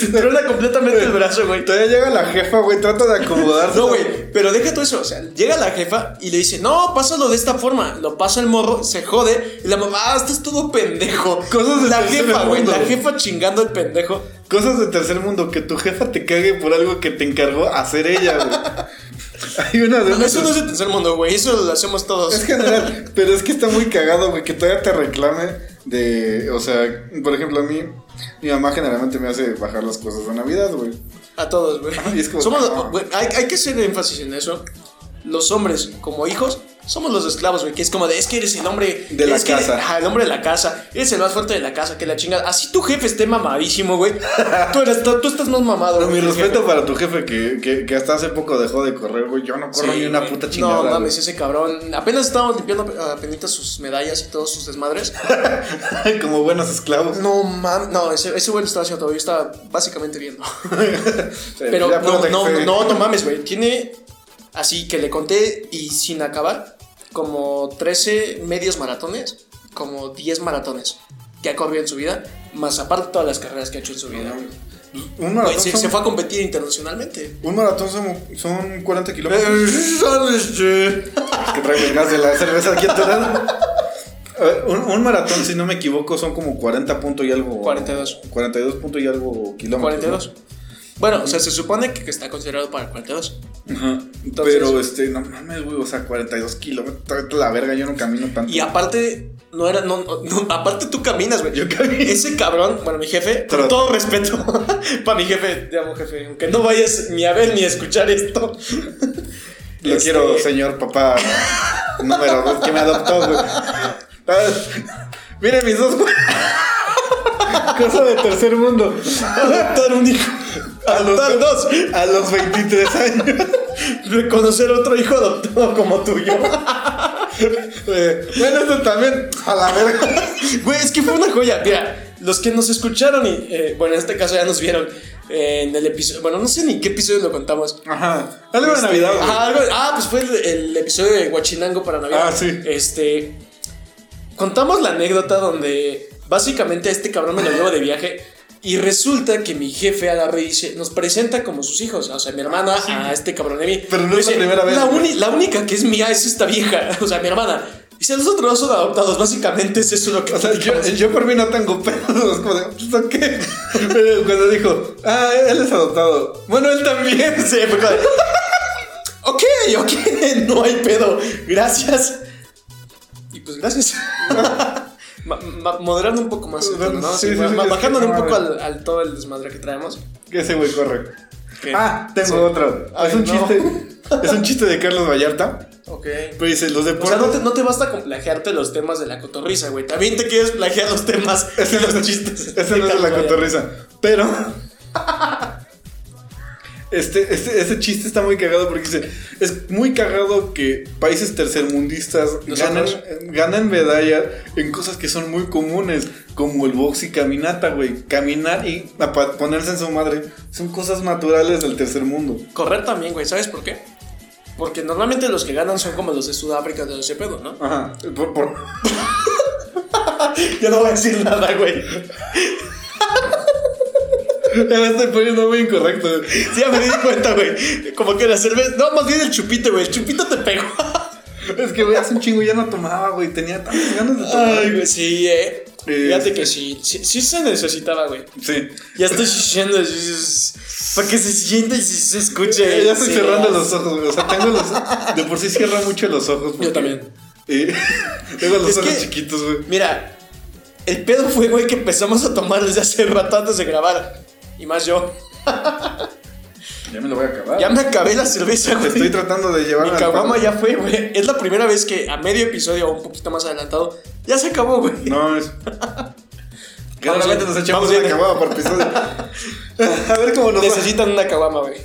[SPEAKER 1] se truena completamente el brazo, güey.
[SPEAKER 2] Todavía llega la jefa, güey, trata de acomodarse.
[SPEAKER 1] No, güey, pero deja todo eso. O sea, llega la jefa y le dice, no, pásalo de esta forma. Lo pasa el morro, se jode. Y la mamá, ah, estás todo pendejo.
[SPEAKER 2] Cosas de
[SPEAKER 1] la
[SPEAKER 2] tercer
[SPEAKER 1] jefa, güey.
[SPEAKER 2] mundo.
[SPEAKER 1] La jefa chingando al pendejo.
[SPEAKER 2] Cosas de tercer mundo, que tu jefa te cague por algo que te encargó hacer ella, güey. Hay una de
[SPEAKER 1] No, eso no es el tercer mundo, güey. Eso lo hacemos todos.
[SPEAKER 2] Es general, pero es que está muy cagado, güey, que todavía te reclame de, o sea, por ejemplo, a mí, mi mamá generalmente me hace bajar las cosas de Navidad, güey.
[SPEAKER 1] A todos, güey.
[SPEAKER 2] Ah, y es como-
[SPEAKER 1] Somos-
[SPEAKER 2] ah.
[SPEAKER 1] güey, hay, hay que hacer énfasis en eso. Los hombres, como hijos, somos los esclavos, güey. Que es como de, es que eres el hombre
[SPEAKER 2] De la
[SPEAKER 1] es que eres-
[SPEAKER 2] casa.
[SPEAKER 1] ajá, el hombre de la casa. Eres el más fuerte de la casa, que la chingada. Así tu jefe esté mamadísimo, güey. Tú, eres- tú estás más mamado,
[SPEAKER 2] No, mi
[SPEAKER 1] que el jefe.
[SPEAKER 2] respeto para tu jefe que, que, que hasta hace poco dejó de correr, güey. Yo no corro
[SPEAKER 1] Sí,
[SPEAKER 2] ni una
[SPEAKER 1] güey.
[SPEAKER 2] puta chingada.
[SPEAKER 1] No
[SPEAKER 2] güey.
[SPEAKER 1] mames, ese cabrón. Apenas estábamos limpiando a Penita sus medallas y todos sus desmadres.
[SPEAKER 2] Como buenos esclavos.
[SPEAKER 1] No mames, no, ese, ese güey lo estaba haciendo todo. Yo estaba básicamente viendo. Pero
[SPEAKER 2] Ya,
[SPEAKER 1] no,
[SPEAKER 2] púrate,
[SPEAKER 1] no,
[SPEAKER 2] jefe.
[SPEAKER 1] no, no mames, güey. Tiene, así que le conté y sin acabar, como 13 medios maratones, como 10 maratones que ha corrido en su vida, más aparte todas las carreras que ha hecho en su vida. güey.
[SPEAKER 2] Un
[SPEAKER 1] Güey,
[SPEAKER 2] maratón,
[SPEAKER 1] se,
[SPEAKER 2] son,
[SPEAKER 1] se fue a competir internacionalmente.
[SPEAKER 2] un maratón son, son 40 kilómetros.
[SPEAKER 1] este.
[SPEAKER 2] que traigo el gas de la cerveza aquí atorado. A ver, Un, un maratón, si no me equivoco, son como 40 punto y algo.
[SPEAKER 1] 42.
[SPEAKER 2] 42 punto y algo kilómetros.
[SPEAKER 1] 42. Bueno, o sea, se supone que que está considerado para 42.
[SPEAKER 2] ¿no? Ajá.
[SPEAKER 1] Entonces-
[SPEAKER 2] Pero este, no mames, güey, o sea, 42 kilómetros. tráete La verga, yo no camino tanto.
[SPEAKER 1] Y aparte, no era, no, no- no, aparte tú caminas, güey.
[SPEAKER 2] Yo camino.
[SPEAKER 1] Ese cabrón, bueno, mi jefe, con
[SPEAKER 2] Trot.
[SPEAKER 1] todo respeto para mi jefe, te amo jefe, aunque no vayas ni a ver ni a escuchar esto.
[SPEAKER 2] Lo
[SPEAKER 1] Este,
[SPEAKER 2] quiero, señor papá Ah, número 2 que me adoptó, güey. Miren mis dos. Cosa de tercer mundo.
[SPEAKER 1] Adoptar un hijo. Adoptar dos.
[SPEAKER 2] A los 23 años.
[SPEAKER 1] Reconocer otro hijo adoptado como tuyo.
[SPEAKER 2] Eh, bueno, esto también. A la verga.
[SPEAKER 1] Güey, es que fue una joya. Mira, los que nos escucharon y, eh, bueno, en este caso ya nos vieron eh, en el episodio. Bueno, no sé ni qué episodio lo contamos.
[SPEAKER 2] Ajá. Algo de
[SPEAKER 1] Este,
[SPEAKER 2] Navidad, güey.
[SPEAKER 1] ajá, algo- ah, pues fue el, el episodio de Huachinango para Navidad.
[SPEAKER 2] Ah, sí.
[SPEAKER 1] Este. Contamos la anécdota donde básicamente a este cabrón me lo llevo de viaje. Y resulta que mi jefe agarra y dice, nos presenta como sus hijos, o sea, mi hermana a este cabrón de mí.
[SPEAKER 2] Pero no
[SPEAKER 1] Y
[SPEAKER 2] es la
[SPEAKER 1] dice,
[SPEAKER 2] primera vez,
[SPEAKER 1] La,
[SPEAKER 2] güey".
[SPEAKER 1] uni- la única que es mía es esta vieja, o sea, mi hermana. Y si los otros dos son adoptados, básicamente es eso lo que...
[SPEAKER 2] O sea, yo, yo por mí no tengo pedos. Como de, ¿esto qué? Pero Cuando dijo, ah, él es adoptado. Bueno, él también.
[SPEAKER 1] Sí, fue como de, Ok, ok, no hay pedo. Gracias. Y pues gracias. Ma- ma- moderando un poco más. el tono, ¿no?
[SPEAKER 2] Sí,
[SPEAKER 1] Sí,
[SPEAKER 2] sí,
[SPEAKER 1] ba-
[SPEAKER 2] sí,
[SPEAKER 1] ba-
[SPEAKER 2] es que
[SPEAKER 1] bajándole
[SPEAKER 2] no
[SPEAKER 1] un poco
[SPEAKER 2] mames.
[SPEAKER 1] al, al todo el desmadre que traemos.
[SPEAKER 2] Que ese güey corre.
[SPEAKER 1] ¿Qué?
[SPEAKER 2] Ah, tengo
[SPEAKER 1] Sí.
[SPEAKER 2] otro.
[SPEAKER 1] A
[SPEAKER 2] es
[SPEAKER 1] ver,
[SPEAKER 2] un
[SPEAKER 1] no.
[SPEAKER 2] chiste. Es un chiste de Carlos Vallarta.
[SPEAKER 1] Ok.
[SPEAKER 2] Pero dice, los
[SPEAKER 1] O sea,
[SPEAKER 2] deportes.
[SPEAKER 1] no te, no te basta con plagiarte los temas de la cotorriza, güey. También te quieres plagiar los temas
[SPEAKER 2] Ese
[SPEAKER 1] de
[SPEAKER 2] no
[SPEAKER 1] los
[SPEAKER 2] es-
[SPEAKER 1] chistes.
[SPEAKER 2] Ese no es la cotorriza. Pero. Este, este, ese chiste está muy cagado porque dice: Es muy cagado que países tercermundistas ganan,
[SPEAKER 1] Nosotros.
[SPEAKER 2] ganan medallas en cosas que son muy comunes, como el box y caminata, güey. Caminar y apa- ponerse en su madre son cosas naturales del tercer mundo.
[SPEAKER 1] Correr también, güey. ¿Sabes por qué? Porque normalmente los que ganan son como los de Sudáfrica, de ese pedo, ¿no?
[SPEAKER 2] Ajá. Por, por-
[SPEAKER 1] Yo no voy a decir nada, güey.
[SPEAKER 2] Ya me estoy poniendo muy incorrecto.
[SPEAKER 1] Sí, ya me di cuenta, güey. Como que la cerveza. No, más bien el chupito, güey. El chupito te pegó.
[SPEAKER 2] Es que, güey, hace un chingo ya no tomaba, güey. Tenía tantas ganas de tomar.
[SPEAKER 1] Ay, güey. Sí, eh. Fíjate
[SPEAKER 2] Este.
[SPEAKER 1] que sí, sí, sí se necesitaba, güey.
[SPEAKER 2] Sí.
[SPEAKER 1] Ya estoy chichando, para que se sienta y se, se escuche.
[SPEAKER 2] Eh, ya estoy
[SPEAKER 1] Sí.
[SPEAKER 2] cerrando los ojos, güey. O sea, tengo los. De por sí cierro mucho los ojos. porque-
[SPEAKER 1] Yo también.
[SPEAKER 2] Eh, tengo los
[SPEAKER 1] Es
[SPEAKER 2] ojos
[SPEAKER 1] que-
[SPEAKER 2] chiquitos, güey.
[SPEAKER 1] Mira, el pedo fue, güey, que empezamos a tomar desde hace rato antes de grabar. Y más yo.
[SPEAKER 2] Ya me lo voy a acabar.
[SPEAKER 1] Ya me acabé la cerveza, güey.
[SPEAKER 2] Estoy tratando de llevar.
[SPEAKER 1] Mi
[SPEAKER 2] al
[SPEAKER 1] caguama
[SPEAKER 2] palo.
[SPEAKER 1] ya fue, güey. Es la primera vez que a medio episodio o un poquito más adelantado ya se acabó, güey.
[SPEAKER 2] No, es. Generalmente
[SPEAKER 1] bien,
[SPEAKER 2] nos echamos
[SPEAKER 1] vamos
[SPEAKER 2] una
[SPEAKER 1] bien.
[SPEAKER 2] acabada por episodio. A ver cómo nos va.
[SPEAKER 1] Necesitan una caguama, güey.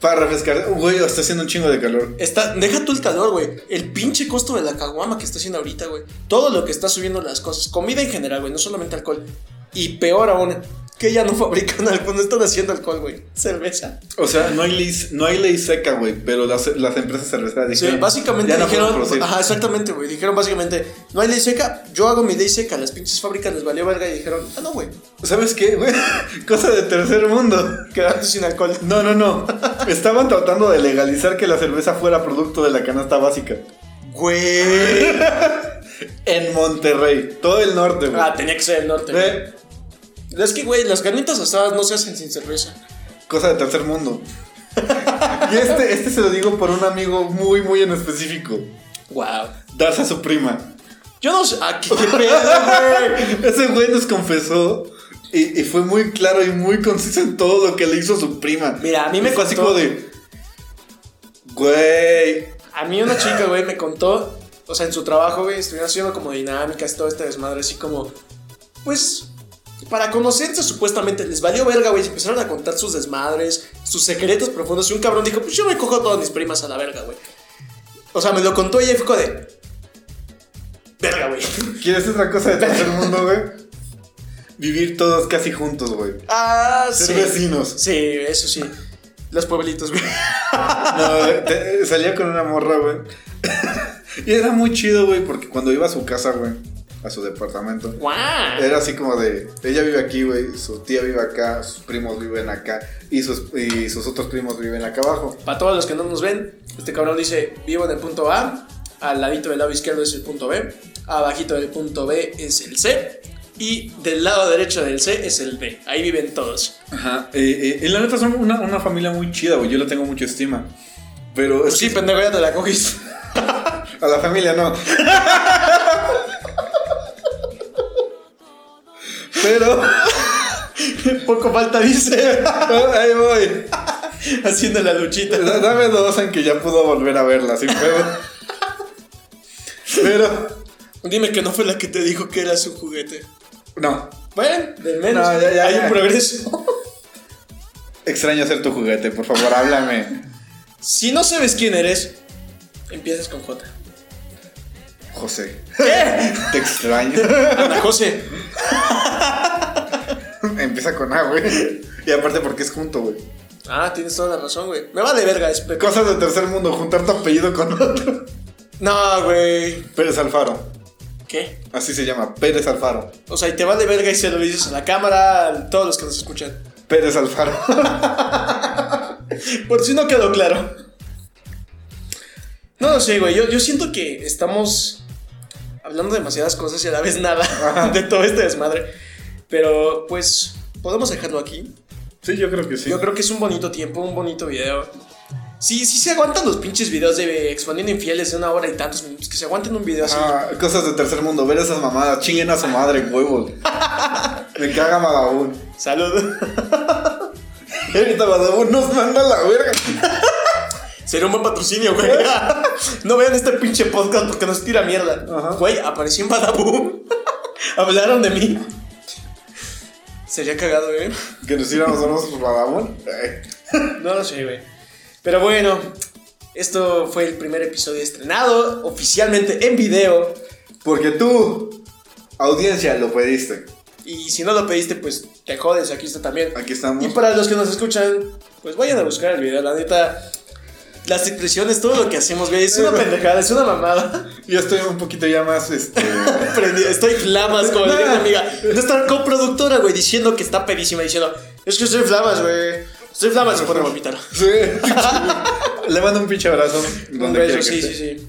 [SPEAKER 2] Para refrescar. Güey, está haciendo un chingo de calor.
[SPEAKER 1] Está, deja tú el calor, güey. El pinche costo de la caguama que está haciendo ahorita, güey. Todo lo que está subiendo las cosas. Comida en general, güey. No solamente alcohol. Y peor aún, que ya no fabrican alcohol. No están haciendo alcohol, güey. Cerveza.
[SPEAKER 2] O sea, no hay ley, no hay ley seca, güey. Pero las, las empresas cerveceras
[SPEAKER 1] Sí,
[SPEAKER 2] dijeron.
[SPEAKER 1] básicamente
[SPEAKER 2] ya no
[SPEAKER 1] dijeron.
[SPEAKER 2] podemos producir.
[SPEAKER 1] ajá, exactamente, güey. Dijeron básicamente, no hay ley seca. Yo hago mi ley seca. Las pinches fábricas les valió verga y dijeron, ah, no, güey.
[SPEAKER 2] ¿Sabes qué, güey? Cosa de tercer mundo.
[SPEAKER 1] Quedarse sin alcohol.
[SPEAKER 2] No, no, no. Estaban tratando de legalizar que la cerveza fuera producto de la canasta básica.
[SPEAKER 1] Güey.
[SPEAKER 2] En Monterrey, todo el norte, güey.
[SPEAKER 1] ah, tenía que ser el norte. güey.
[SPEAKER 2] Ve,
[SPEAKER 1] Es que, güey, las carnitas asadas no se hacen sin cerveza.
[SPEAKER 2] cosa de tercer mundo. y este, este se lo digo por un amigo muy, muy en específico.
[SPEAKER 1] Wow.
[SPEAKER 2] Darse a su prima.
[SPEAKER 1] Yo no sé. Ah, qué, qué pedo, güey.
[SPEAKER 2] Ese güey nos confesó y, y fue muy claro y muy conciso en todo lo que le hizo a su prima.
[SPEAKER 1] Mira, a mí me
[SPEAKER 2] Fue así
[SPEAKER 1] contó-
[SPEAKER 2] como de. Güey.
[SPEAKER 1] A mí una chica, güey, me contó, o sea, en su trabajo, güey, estuvieron haciendo como dinámicas, todo este desmadre, así como, pues, para conocerse supuestamente, les valió verga, güey, se empezaron a contar sus desmadres, sus secretos profundos, y un cabrón dijo, pues yo me cojo a todas mis primas a la verga, güey. O sea, me lo contó ella y fue como de... Verga, güey.
[SPEAKER 2] ¿Quieres otra cosa de tercer mundo, güey? Vivir todos casi juntos, güey.
[SPEAKER 1] Ah,
[SPEAKER 2] Ser
[SPEAKER 1] sí.
[SPEAKER 2] vecinos.
[SPEAKER 1] Sí, eso sí. Los pueblitos, güey.
[SPEAKER 2] No, te- salía con una morra, güey. y era muy chido, güey, porque cuando iba a su casa, güey, a su departamento,
[SPEAKER 1] ¡Guau!
[SPEAKER 2] era así como de, ella vive aquí, güey, su tía vive acá, sus primos viven acá y sus, y sus otros primos viven acá abajo.
[SPEAKER 1] Para todos los que no nos ven, este cabrón dice, vivo en el punto A, al ladito del lado izquierdo es el punto B, abajito del punto B es el C y del lado derecho del C es el D. Ahí viven todos.
[SPEAKER 2] Ajá. eh, y la neta son una, una familia muy chida, güey, yo le tengo mucha estima. Pero
[SPEAKER 1] Pues sí, pendejo, ya te la cogiste.
[SPEAKER 2] A la familia no. Pero
[SPEAKER 1] Poco falta dice,
[SPEAKER 2] ahí voy.
[SPEAKER 1] haciendo la luchita.
[SPEAKER 2] Da- Dame dos en que ya pudo volver a verla sin juego. Pero
[SPEAKER 1] Dime que no fue la que te dijo que eras un juguete.
[SPEAKER 2] no.
[SPEAKER 1] Bueno, de menos.
[SPEAKER 2] No, ya, ya,
[SPEAKER 1] hay
[SPEAKER 2] ya.
[SPEAKER 1] un progreso.
[SPEAKER 2] Extraño ser tu juguete, por favor, háblame.
[SPEAKER 1] Si no sabes quién eres, empiezas con J.
[SPEAKER 2] José,
[SPEAKER 1] ¿Qué?
[SPEAKER 2] te extraño.
[SPEAKER 1] Ana José.
[SPEAKER 2] Empieza con A, güey. Y aparte porque es junto, güey.
[SPEAKER 1] Ah, tienes toda la razón, güey. Me vale verga. es-
[SPEAKER 2] Cosas de tercer mundo, juntar tu apellido con otro.
[SPEAKER 1] No, güey.
[SPEAKER 2] Pérez Alfaro.
[SPEAKER 1] ¿Qué?
[SPEAKER 2] Así se llama, Pérez Alfaro.
[SPEAKER 1] O sea, y te vale verga y se lo dices a la cámara, a todos los que nos escuchan.
[SPEAKER 2] Pérez Alfaro.
[SPEAKER 1] Por si no quedó claro. No lo sé, güey. Yo, yo siento que estamos hablando demasiadas cosas y a la vez nada de todo este desmadre. Pero, pues, podemos dejarlo aquí.
[SPEAKER 2] Sí, yo creo que sí.
[SPEAKER 1] Yo creo que es un bonito tiempo, un bonito video. Sí, sí se aguantan los pinches videos de expandiendo infieles de una hora y tantos minutos. Que se aguanten un video así.
[SPEAKER 2] Ah, cosas de tercer mundo, ver esas mamadas, chinguen a su madre, huevos. Me caga Badabun.
[SPEAKER 1] Salud.
[SPEAKER 2] Y Ahorita Badabun nos manda a la verga.
[SPEAKER 1] Sería un buen patrocinio, güey. No vean este pinche podcast porque nos tira mierda.
[SPEAKER 2] Ajá.
[SPEAKER 1] Güey, aparecí en Badaboom. Hablaron de mí. Sería cagado, ¿eh? güey.
[SPEAKER 2] Que nos iban a nosotros pues, Eh, por Badabun. Ay.
[SPEAKER 1] No lo sé, güey. Pero bueno, esto fue el primer episodio estrenado oficialmente en video.
[SPEAKER 2] Porque tú, audiencia, lo pediste.
[SPEAKER 1] Y si no lo pediste, pues te jodes, aquí está también.
[SPEAKER 2] Aquí estamos.
[SPEAKER 1] Y para los que nos escuchan, pues vayan a buscar el video, la neta. Las expresiones, todo lo que hacemos, güey, es una pendejada, es una mamada.
[SPEAKER 2] Yo estoy un poquito ya más, este...
[SPEAKER 1] Prendí- estoy flamas, como diría mi amiga. Nuestra coproductora, güey, diciendo que está pedísima, diciendo, es que estoy flamas, güey. Estoy flamas y pone a vomitar.
[SPEAKER 2] sí. Le mando un pinche abrazo.
[SPEAKER 1] Un
[SPEAKER 2] donde quiera
[SPEAKER 1] beso,
[SPEAKER 2] que
[SPEAKER 1] sí,
[SPEAKER 2] esté.
[SPEAKER 1] sí, sí.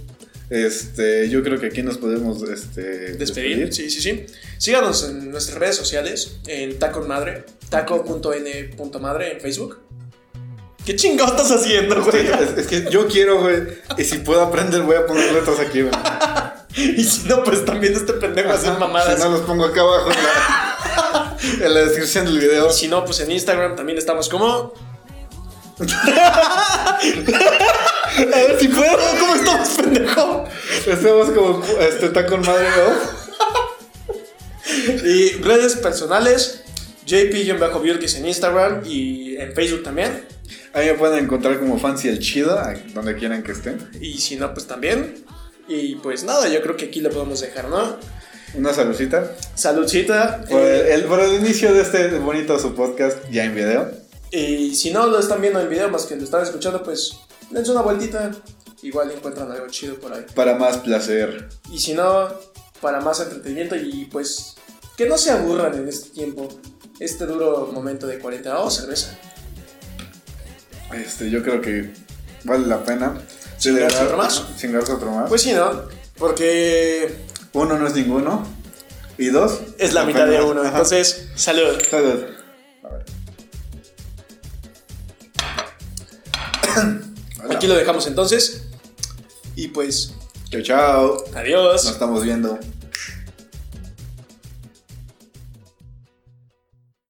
[SPEAKER 2] Este, yo creo que aquí nos podemos, este...
[SPEAKER 1] Despedir, sí, sí, sí. Síganos en nuestras redes sociales, en Taco Madre, taco.n.madre en Facebook. ¿Qué chingado estás haciendo, güey?
[SPEAKER 2] Es, es que yo quiero, güey. Y si puedo aprender, voy a poner letras aquí, güey.
[SPEAKER 1] Y si no, pues también este pendejo hacer
[SPEAKER 2] Ajá,
[SPEAKER 1] mamadas.
[SPEAKER 2] Si no los pongo acá abajo en la, en la descripción del video.
[SPEAKER 1] Y si no, pues en Instagram también estamos como. A ver Eh, si puedo. ¿Cómo estamos, pendejo?
[SPEAKER 2] Estamos como este taco en madre, ¿no?
[SPEAKER 1] Y redes personales: JP-Biurkis en Instagram y en Facebook también.
[SPEAKER 2] Ahí me pueden encontrar como Fancy el Chido, ahí, donde quieran que estén.
[SPEAKER 1] Y si no, pues también. Y pues nada, yo creo que aquí lo podemos dejar, ¿no?
[SPEAKER 2] Una saludcita.
[SPEAKER 1] Saludcita.
[SPEAKER 2] Por el, el- por el inicio de este bonito su podcast, ya en video.
[SPEAKER 1] Y si no lo están viendo en video, más que lo están escuchando, pues dense una vueltita. Igual encuentran algo chido por ahí.
[SPEAKER 2] Para más placer.
[SPEAKER 1] Y si no, para más entretenimiento y pues que no se aburran en este tiempo, este duro momento de cuarentena o cerveza.
[SPEAKER 2] Este, yo creo que vale la pena.
[SPEAKER 1] Chingarse otro más.
[SPEAKER 2] Chingarse otro más.
[SPEAKER 1] Pues sí, ¿no? Porque
[SPEAKER 2] Uno no es ninguno. Y dos.
[SPEAKER 1] es la mitad de uno. Entonces, salud.
[SPEAKER 2] Salud.
[SPEAKER 1] Aquí lo dejamos pues, entonces. Y pues,
[SPEAKER 2] Chao, chao.
[SPEAKER 1] adiós.
[SPEAKER 2] Nos estamos viendo.